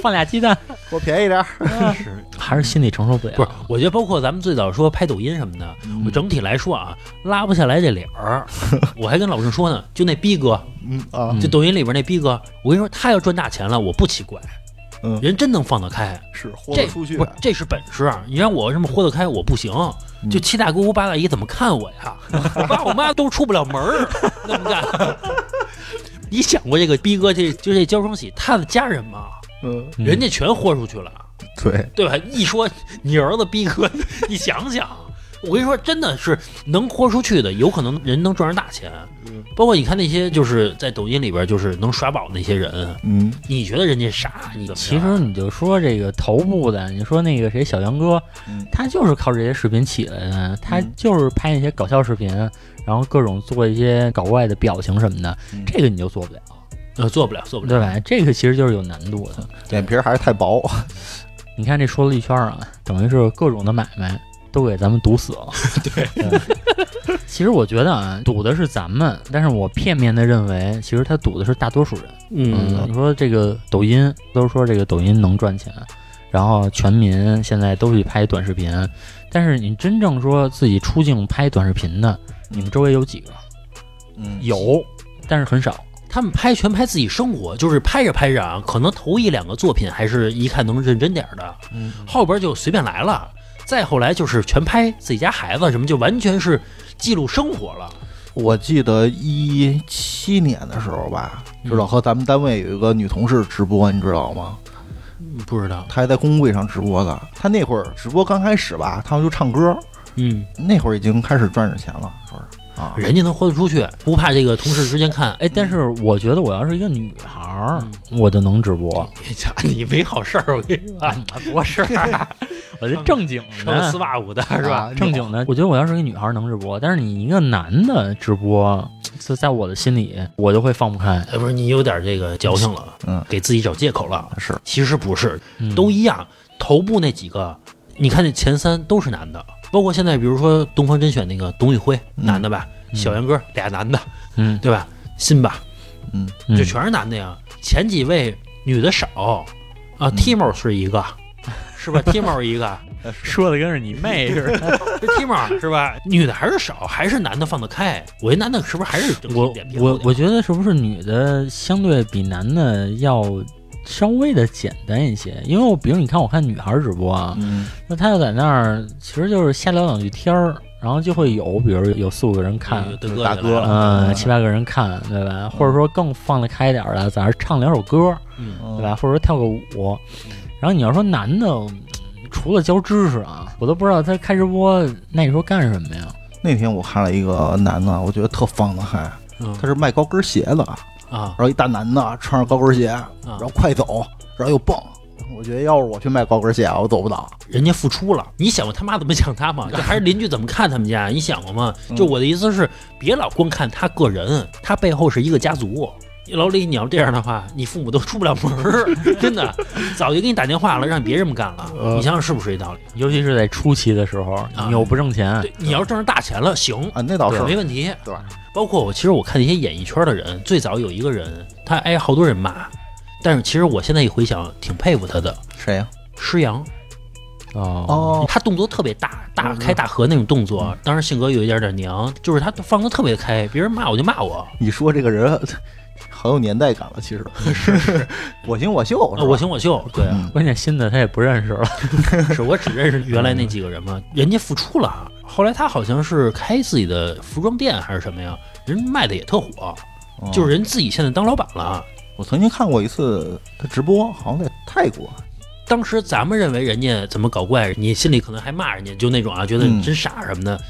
Speaker 2: 放俩鸡蛋，
Speaker 4: 我便宜点儿。
Speaker 2: 还是心里承受不了。
Speaker 4: 啊
Speaker 3: 不是，我觉得包括咱们最早说拍抖音什么的，嗯
Speaker 4: 嗯
Speaker 3: 我整体来说啊，拉不下来这脸 儿。我还跟老郑说呢，就那逼哥，
Speaker 4: 嗯啊，
Speaker 3: 就抖音里边那逼哥，我跟你说，他要赚大钱了，我不奇怪，
Speaker 4: 嗯
Speaker 3: 人真能放得开，
Speaker 4: 是豁
Speaker 3: 嗯这
Speaker 4: 得出去啊
Speaker 3: 不。是这是本事。啊你让我这么豁得开，我不行。
Speaker 4: 嗯
Speaker 3: 就七大姑八大姨怎么看我呀？我爸我妈都出不了门 儿，那么干。你想过这个逼哥这就这焦双喜他的家人吗？
Speaker 4: 嗯，
Speaker 2: 嗯
Speaker 3: 人家全豁出去了。
Speaker 4: 对，
Speaker 3: 对吧？一说你儿子逼哥， 你想想，我跟你说，真的是能豁出去的，有可能人能赚上大钱。包括你看那些就是在抖音里边就是能耍宝那些人，
Speaker 4: 嗯，
Speaker 3: 你觉得人家傻？你怎么样
Speaker 2: 其实你就说这个头部的，你说那个谁小杨哥，
Speaker 4: 嗯
Speaker 2: 他就是靠这些视频起来的，他
Speaker 4: 嗯
Speaker 2: 就是拍那些搞笑视频，然后各种做一些搞怪的表情什么的，
Speaker 4: 嗯
Speaker 2: 这个你就做不了，
Speaker 3: 呃做不了，做不了。
Speaker 2: 对吧？这个其实就是有难度的。
Speaker 4: 脸皮儿还是太薄。
Speaker 2: 你看这说了一圈儿啊，等于是各种的买卖都给咱们堵 死了。对，其实我觉得啊，堵的是咱们，但是我片面的认为，其实他堵的是大多数人。嗯，
Speaker 3: 嗯，
Speaker 2: 你说这个抖音都说这个抖音能赚钱，然后全民现在都去拍短视频，但是你真正说自己出镜拍短视频的，你们周围有几个？
Speaker 4: 嗯，
Speaker 2: 有，但是很少。
Speaker 3: 他们拍全拍自己生活，就是拍着拍着啊，可能头一两个作品还是一看能认真点儿的，
Speaker 4: 嗯
Speaker 3: 后边就随便来了。再后来就是全拍自己家孩子什么，就完全是记录生活了。
Speaker 4: 我记得一七年的时候吧，知道和咱们单位有一个女同事直播，你知道吗？
Speaker 3: 嗯不知道，
Speaker 4: 她还在公会上直播的。她那会儿直播刚开始吧，他们就唱歌，
Speaker 3: 嗯，
Speaker 4: 那会儿已经开始赚着钱了，说是啊，
Speaker 3: 人家能豁得出去，不怕这个同事之间看。
Speaker 2: 哎，但是我觉得我要是一个女孩儿，我就能直播。
Speaker 3: 别讲 你没好事儿，我跟你说，
Speaker 2: 嗯不是， 我这正经
Speaker 3: 穿
Speaker 2: 的
Speaker 3: 丝。袜舞的
Speaker 4: 是
Speaker 3: 是吧？
Speaker 4: 吧？
Speaker 2: 正经的，我觉得我要是一个女孩儿能直播，但是你一个男的直播，就在我的心里，我就会放不开。
Speaker 3: 哎，不是，你有点这个矫情了，
Speaker 4: 嗯，
Speaker 3: 给自己找借口了。
Speaker 4: 是，
Speaker 3: 其实不是，
Speaker 2: 嗯
Speaker 3: 都一样。头部那几个，你看那前三都是男的，包括现在，比如说东方甄选那个董宇辉，
Speaker 4: 嗯
Speaker 3: 男的吧，
Speaker 2: 嗯
Speaker 3: 小杨哥俩男的，
Speaker 2: 嗯，
Speaker 3: 对吧？辛巴
Speaker 4: 嗯
Speaker 2: 嗯
Speaker 3: 就全是男的呀。前几位女的少啊
Speaker 4: 嗯
Speaker 3: ，Timo 是一个，是吧？Timo 一个，
Speaker 2: 说的跟是你妹似的。
Speaker 3: 这 Timo 是吧？女的还是少，还是男的放得开。我觉得男的是不是还是整体
Speaker 2: 我
Speaker 3: 脸皮厚
Speaker 2: 我
Speaker 3: 点
Speaker 2: 我觉得是不是女的相对比男的要稍微的简单一些？因为我比如你看，我看女孩儿直播啊，
Speaker 4: 嗯
Speaker 2: 那她就在那儿，其实就是瞎聊两句天儿，然后就会有，比如有四五个人看，
Speaker 3: 有德哥
Speaker 4: 大
Speaker 3: 就来
Speaker 4: 哥
Speaker 3: 了，
Speaker 2: 嗯，七八个人看，对吧？或者说更放得开点儿的，在那儿唱两首歌，
Speaker 3: 嗯，
Speaker 4: 嗯，
Speaker 2: 对吧？或者说跳个舞。然后你要说男的，嗯除了教知识啊，我都不知道他开直播那时候干什么呀？
Speaker 4: 那天我看了一个男的，我觉得特放得开，
Speaker 3: 嗯
Speaker 4: 他是卖高跟鞋的，
Speaker 3: 啊
Speaker 4: 然后一大男的穿着高跟鞋，
Speaker 3: 啊
Speaker 4: 然后快走，然后又蹦，我觉得要是我去卖高跟鞋啊，我走不倒。
Speaker 3: 人家付出了，你想过他妈怎么想他吗？这还是邻居怎么看他们家？你想过吗？就我的意思是，别老光看他个人，他背后是一个家族。老李，你要这样的话，你父母都出不了门儿， 真的，早就给你打电话了，让你别这么干了。
Speaker 4: 呃
Speaker 3: 你想想是不是这道理？
Speaker 2: 尤其是在初期的时候，你又不挣钱，
Speaker 3: 对，你要是挣着大钱了，行，
Speaker 4: 啊，那倒是
Speaker 3: 对，没问题。
Speaker 4: 对，
Speaker 3: 包括我，其实我看那些演艺圈的人，最早有一个人，他挨好多人骂，但是其实我现在一回想，挺佩服他的。
Speaker 4: 谁呀？
Speaker 3: 施洋，
Speaker 2: 哦，
Speaker 4: 哦，嗯
Speaker 3: 他动作特别大，大开大合那种动作，当然性格有一点点娘，就是他放得特别开，别人骂我就骂我，
Speaker 4: 你说这个人 很有年代感了， 其实 是是，我行我秀，
Speaker 3: 呃
Speaker 4: 是吧
Speaker 3: 我行我秀，对，啊
Speaker 4: 嗯
Speaker 2: 关键新的他也不认识了，
Speaker 3: 是我只认识原来那几个人
Speaker 4: 嗯
Speaker 3: 嘛，人家付出了。后来他好像是开自己的服装店还是什么呀，人卖的也特火，
Speaker 4: 嗯
Speaker 3: 就是人自己现在当老板了。
Speaker 4: 我曾经看过一次他直播，好像在泰国，
Speaker 3: 当时咱们认为人家怎么搞怪，你心里可能还骂人家，就那种啊，觉
Speaker 4: 嗯
Speaker 3: 得你真傻什么的。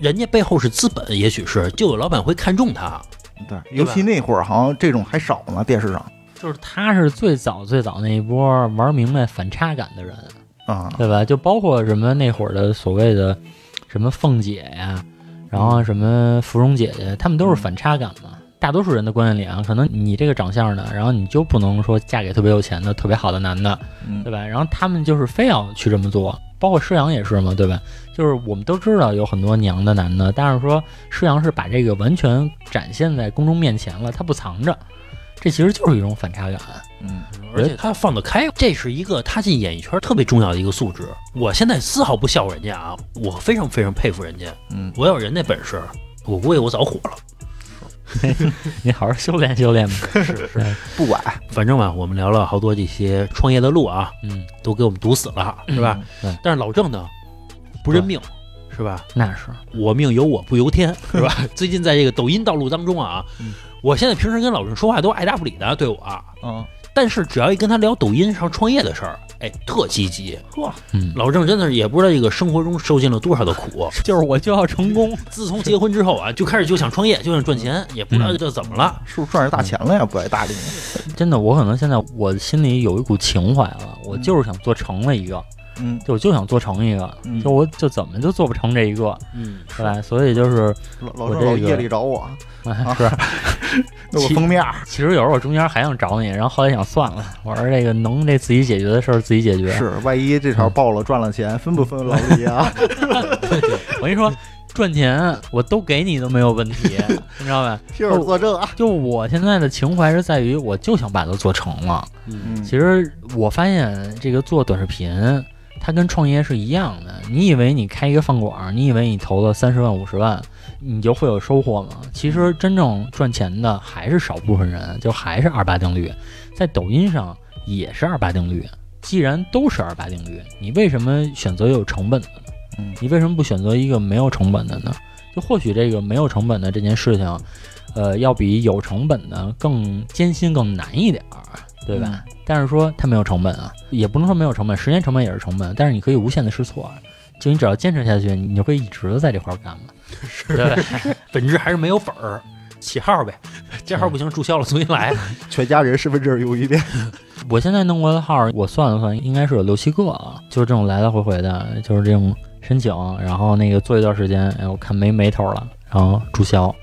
Speaker 3: 人家背后是资本，也许是就有老板会看中他，
Speaker 4: 对，尤其那会儿好像这种还少呢，电视上
Speaker 2: 就是他是最早最早那一波玩明白反差感的人，
Speaker 4: 啊，
Speaker 2: 对吧？就包括什么那会儿的所谓的什么凤姐呀，然后什么芙蓉姐姐，他们都是反差感嘛。大多数人的观念里啊，可能你这个长相呢，然后你就不能说嫁给特别有钱的、特别好的男的，
Speaker 4: 嗯
Speaker 2: 对吧？然后他们就是非要去这么做，包括施洋也是嘛，对吧？就是我们都知道有很多娘的男的，但是说施洋是把这个完全展现在公众面前了，他不藏着，这其实就是一种反差感。
Speaker 4: 嗯，
Speaker 3: 而且他放得开，这是一个他进演艺圈特别重要的一个素质。我现在丝毫不笑话人家啊，我非常非常佩服人家。
Speaker 4: 嗯，
Speaker 3: 我要有人那本事，我估计我早火了。
Speaker 2: 你好好修炼修炼吧。
Speaker 3: 是是，
Speaker 4: 不管
Speaker 3: 反正吧，我们聊了好多这些创业的路啊，
Speaker 2: 嗯，
Speaker 3: 都给我们堵死了，是吧？
Speaker 2: 嗯对
Speaker 3: 但是老郑呢，不认命，是吧？
Speaker 2: 那是
Speaker 3: 我命由我不由天，是 吧？最近在这个抖音道路当中啊，我现在平时跟老郑说话都爱答不理的，对我啊。
Speaker 4: 啊，
Speaker 3: 但是只要一跟他聊抖音上创业的事儿，哎，特积极。
Speaker 4: 哇，
Speaker 2: 嗯
Speaker 3: 老郑真的是也不知道这个生活中受尽了多少的 苦。
Speaker 2: 就是我就要成功。
Speaker 3: 自从结婚之后啊，就开始就想创业，就想赚钱，也不知道这怎么了。
Speaker 4: 是不是赚着大钱了呀？不爱搭理你，
Speaker 2: 真的，我可能现在我心里有一股情怀了，我就是想做成了一个，
Speaker 4: 嗯，
Speaker 2: 就我就想做成一个，
Speaker 4: 嗯
Speaker 2: 就我就怎么就做不成这一个，
Speaker 3: 嗯，
Speaker 2: 对吧？所以就是，
Speaker 4: 老老
Speaker 2: 我
Speaker 4: 郑
Speaker 2: 这
Speaker 4: 老
Speaker 2: 个
Speaker 4: 夜里找我
Speaker 2: 哎是，
Speaker 4: 弄个
Speaker 2: 其
Speaker 4: 封面儿，
Speaker 2: 其实有时候我中间还想找你，然后后来想算了，我说这个能这自己解决的事儿自己解决。
Speaker 4: 是，万一这条爆了赚了钱，分不分老李啊？
Speaker 2: 我跟你说，赚钱我都给你都没有问题，你知道吧？
Speaker 4: 就是作证啊，
Speaker 2: 就我现在的情怀是在于，我就想把它做成了。
Speaker 4: 嗯
Speaker 2: 其实我发现这个做短视频，它跟创业是一样的。你以为你开一个饭馆，你以为你投了三十万、五十万，你就会有收获吗？其实真正赚钱的还是少部分人，就还
Speaker 4: 嗯
Speaker 2: 是二八定律，在抖音上也是二八定律。既然都是二八定律，你为什么选择有成本的呢？
Speaker 4: 嗯
Speaker 2: 你为什么不选择一个没有成本的呢？就或许这个没有成本的这件事情，呃，要比有成本的更艰辛、更难一点儿，对吧？但是说它没有成本啊，也不能说没有成本，时间成本也是成本，但是你可以无限的试错啊，就你只要坚持下去，你就会一直地在这块儿干嘛。
Speaker 3: 对，本质还是没有粉儿，起号 呗，这号不行，注销了，重新来。
Speaker 4: 全家人身份证有一遍，
Speaker 2: 我现在弄过的号儿，我算了算，应该是有六七个了，就是这种来来回回的，就是这种申请，然后那个做一段时间，哎，我看没眉头了，然后注销，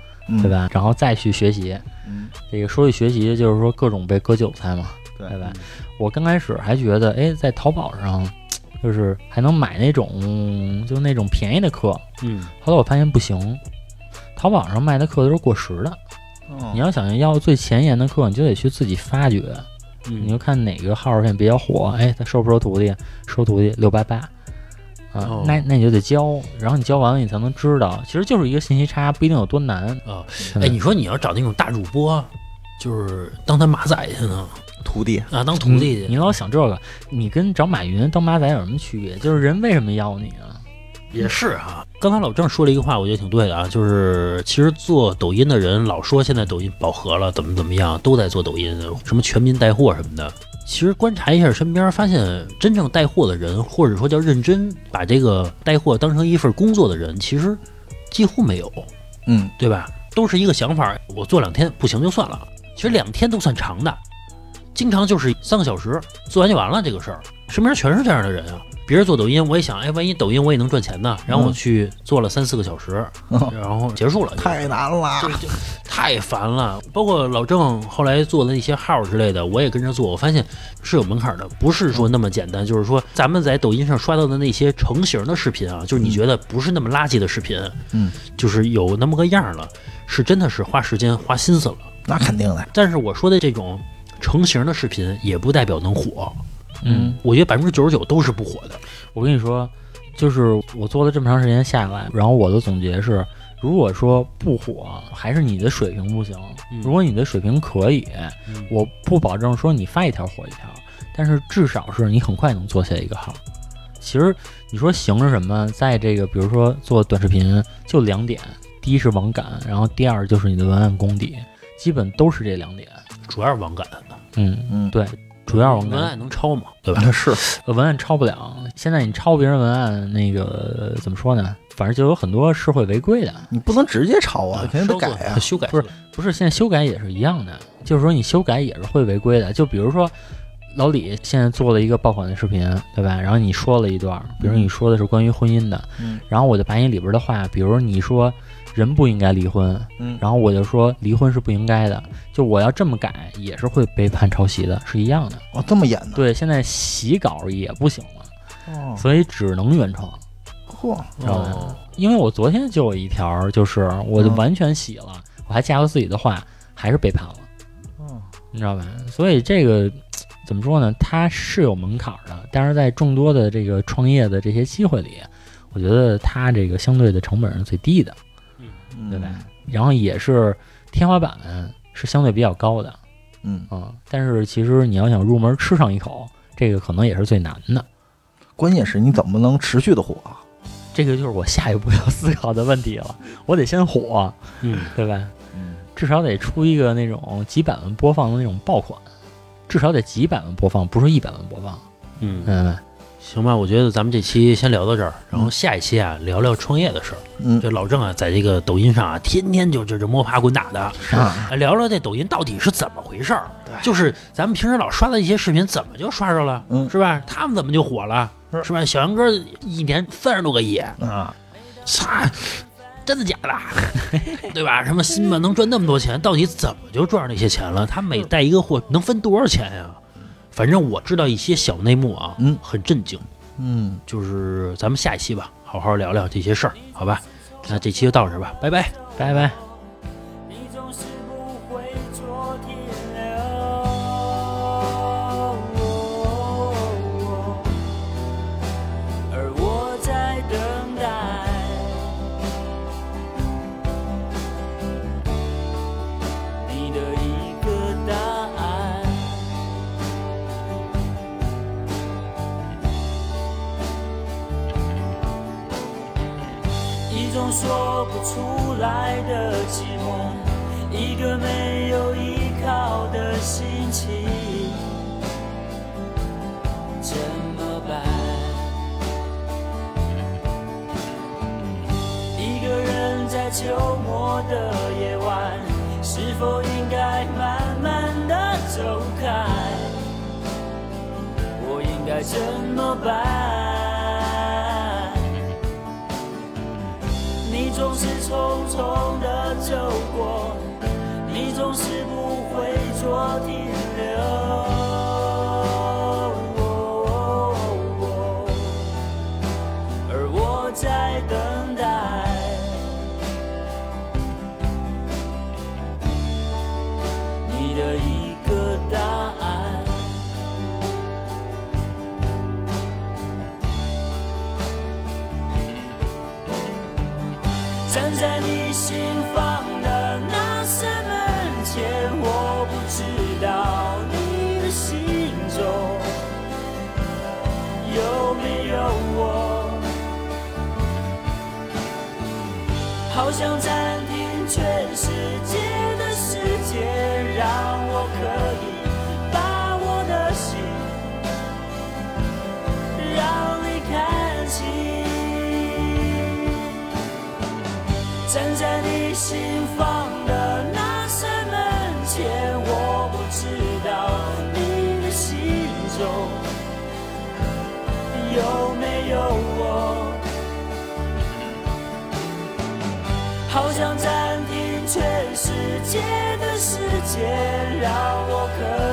Speaker 2: 对？吧？然后再去学习，
Speaker 4: 嗯，
Speaker 2: 这个说起学习，就是说各种被割韭菜嘛，
Speaker 4: 对
Speaker 2: 对吧？我刚开始还觉得，哎，在淘宝上，就是还能买那种就那种便宜的课，
Speaker 3: 嗯，
Speaker 2: 后来我发现不行，淘宝上卖的课都是过时的。你
Speaker 4: 嗯
Speaker 2: 要想要最前沿的课，你就得去自己发掘，
Speaker 3: 嗯
Speaker 2: 你就看哪个号儿现在比较火，哎，他收不收徒弟？收徒弟六八八。啊，
Speaker 3: 哦
Speaker 2: 那那你就得教，然后你教完了你才能知道，其实就是一个信息差，不一定有多难。
Speaker 3: 啊，
Speaker 2: 对吧
Speaker 3: 哎，你说你要找那种大主播，就是当他马仔去呢，
Speaker 4: 徒弟，
Speaker 3: 啊，当徒弟
Speaker 2: 你
Speaker 3: 去，
Speaker 2: 老想这个，你跟找马云当马仔有什么区别？就是人为什么要你啊？
Speaker 3: 也是哈、刚才老郑说了一个话，我觉得挺对的啊，就是其实做抖音的人老说现在抖音饱和了，怎么怎么样，都在做抖音，什么全民带货什么的。其实观察一下身边，发现真正带货的人，或者说叫认真把这个带货当成一份工作的人，其实几乎没有。
Speaker 4: 嗯，
Speaker 3: 对吧？都是一个想法儿，我做两天不行就算了。其实两天都算长的，经常就是三个小时做完就完了这个事儿。身边全是这样的人啊。别人做抖音，我也想，哎，万一抖音我也能赚钱呢。然后我
Speaker 4: 嗯
Speaker 3: 去做了三四个小时，然后结束了，就
Speaker 4: 太难了。
Speaker 3: 对，就太烦了。包括老郑后来做的那些号之类的，我也跟着做，我发现是有门槛的，不是说那么简单。就是说，咱们在抖音上刷到的那些成型的视频啊，就是你觉得不是那么垃圾的视频，
Speaker 4: 嗯，
Speaker 3: 就是有那么个样儿了，是真的是花时间花心思了。
Speaker 4: 那肯定的，
Speaker 3: 但是我说的这种成型的视频，也不代表能火。
Speaker 2: 嗯，
Speaker 3: 我觉得百分之九十九都是不火的。
Speaker 2: 我跟你说，就是我做了这么长时间下来，然后我的总结是，如果说不火，还是你的水平不行。
Speaker 3: 嗯
Speaker 2: 如果你的水平可以，我不保证说你发一条火一条，但是至少是你很快能做下一个号。其实你说行是什么，在这个比如说做短视频，就两点，第一是网感，然后第二就是你的文案功底，基本都是这两点。
Speaker 3: 主要是网感，
Speaker 2: 嗯，
Speaker 4: 嗯，
Speaker 2: 对主要是网
Speaker 3: 文
Speaker 2: 感。
Speaker 3: 案能抄嘛，对吧？
Speaker 4: 是
Speaker 2: 呃文案抄不了。现在你抄别人文案，那个呃怎么说呢？反正就有很多是会违规的。
Speaker 4: 你不能直接抄啊，
Speaker 3: 啊
Speaker 4: 你 肯定得
Speaker 3: 稍
Speaker 4: 改
Speaker 3: 作
Speaker 4: 啊。
Speaker 3: 修改
Speaker 2: 不是不是，现在修改也是一样的，就是说你修改也是会违规的。就比如说老李现在做了一个爆款的视频，对吧？然后你说了一段，比如你说的是关于婚姻的，
Speaker 4: 嗯
Speaker 2: 然后我就把你里边的话，比如你说人不应该离婚，
Speaker 4: 嗯，
Speaker 2: 然后我就说离婚是不应该的，就我要这么改也是会被判 抄袭的，是一样的。
Speaker 4: 哦，这么演的，
Speaker 2: 对，现在洗稿也不行了，
Speaker 4: 哦，
Speaker 2: 所以只能原创。
Speaker 4: 嚯，
Speaker 2: 知道吗？因为我昨天就有一条，就是我就
Speaker 4: 嗯
Speaker 2: 完全洗了，我还加了自己的话，还是背叛了，
Speaker 4: 哦
Speaker 2: 你知道吧？所以这个怎么说呢？它是有门槛儿的，但是在众多的这个创业的这些机会里，我觉得它这个相对的成本是最低的，
Speaker 4: 嗯
Speaker 2: 对吧？然后也是天花板是相对比较高的啊、
Speaker 4: 嗯，
Speaker 2: 嗯但是其实你要想入门吃上一口，这个可能也是最难的。
Speaker 4: 关键是你怎么能持续的火啊？
Speaker 2: 这个就是我下一步要思考的问题了，我得先火，
Speaker 3: 嗯，
Speaker 2: 对吧？
Speaker 4: 嗯，
Speaker 2: 至少得出一个那种几百万播放的那种爆款，至少得几百万播放，不是一百万播放。
Speaker 3: 嗯，
Speaker 2: 嗯，
Speaker 3: 行吧，我觉得咱们这期先聊到这儿，然后下一期啊聊聊创业的事儿。
Speaker 4: 嗯
Speaker 3: 这老郑啊，在这个抖音上啊，天天就这这摸爬滚打的，
Speaker 4: 是啊，
Speaker 3: 哎聊聊这抖音到底是怎么回事儿。就是咱们平时老刷的一些视频，怎么就刷着了？
Speaker 4: 嗯
Speaker 3: 是吧？他们怎么就火了？
Speaker 4: 是
Speaker 3: 是吧？小杨哥一年三十多个亿，
Speaker 4: 啊，
Speaker 3: 啥？真的假 的？对吧？什么新吧能赚那么多钱？到底怎么就赚上那些钱了？他每带一个货能分多少钱呀？反正我知道一些小内幕啊，
Speaker 4: 嗯
Speaker 3: 很震惊。
Speaker 4: 嗯，
Speaker 3: 就是咱们下一期吧，好好聊聊这些事儿，好吧？那这期就到这儿吧，拜拜。
Speaker 2: 拜拜。
Speaker 1: 你总是不会做停留，而我在等待。你的一个答案，一种说不出来的寂寞，一个没有依靠的心情，怎么办？一个人在秋末的夜晚，是否应该慢慢的走开？我应该怎么办？你总是匆匆的走过，你总是不会做停留。而我在等待，你的一个答案。站在你心房的那扇门前，我不知道你的心中有没有我。好想暂停全世界的时间，让我可以把我的心让你看清。站在你心房的那扇门前，我不知道你界的世界，让我可以。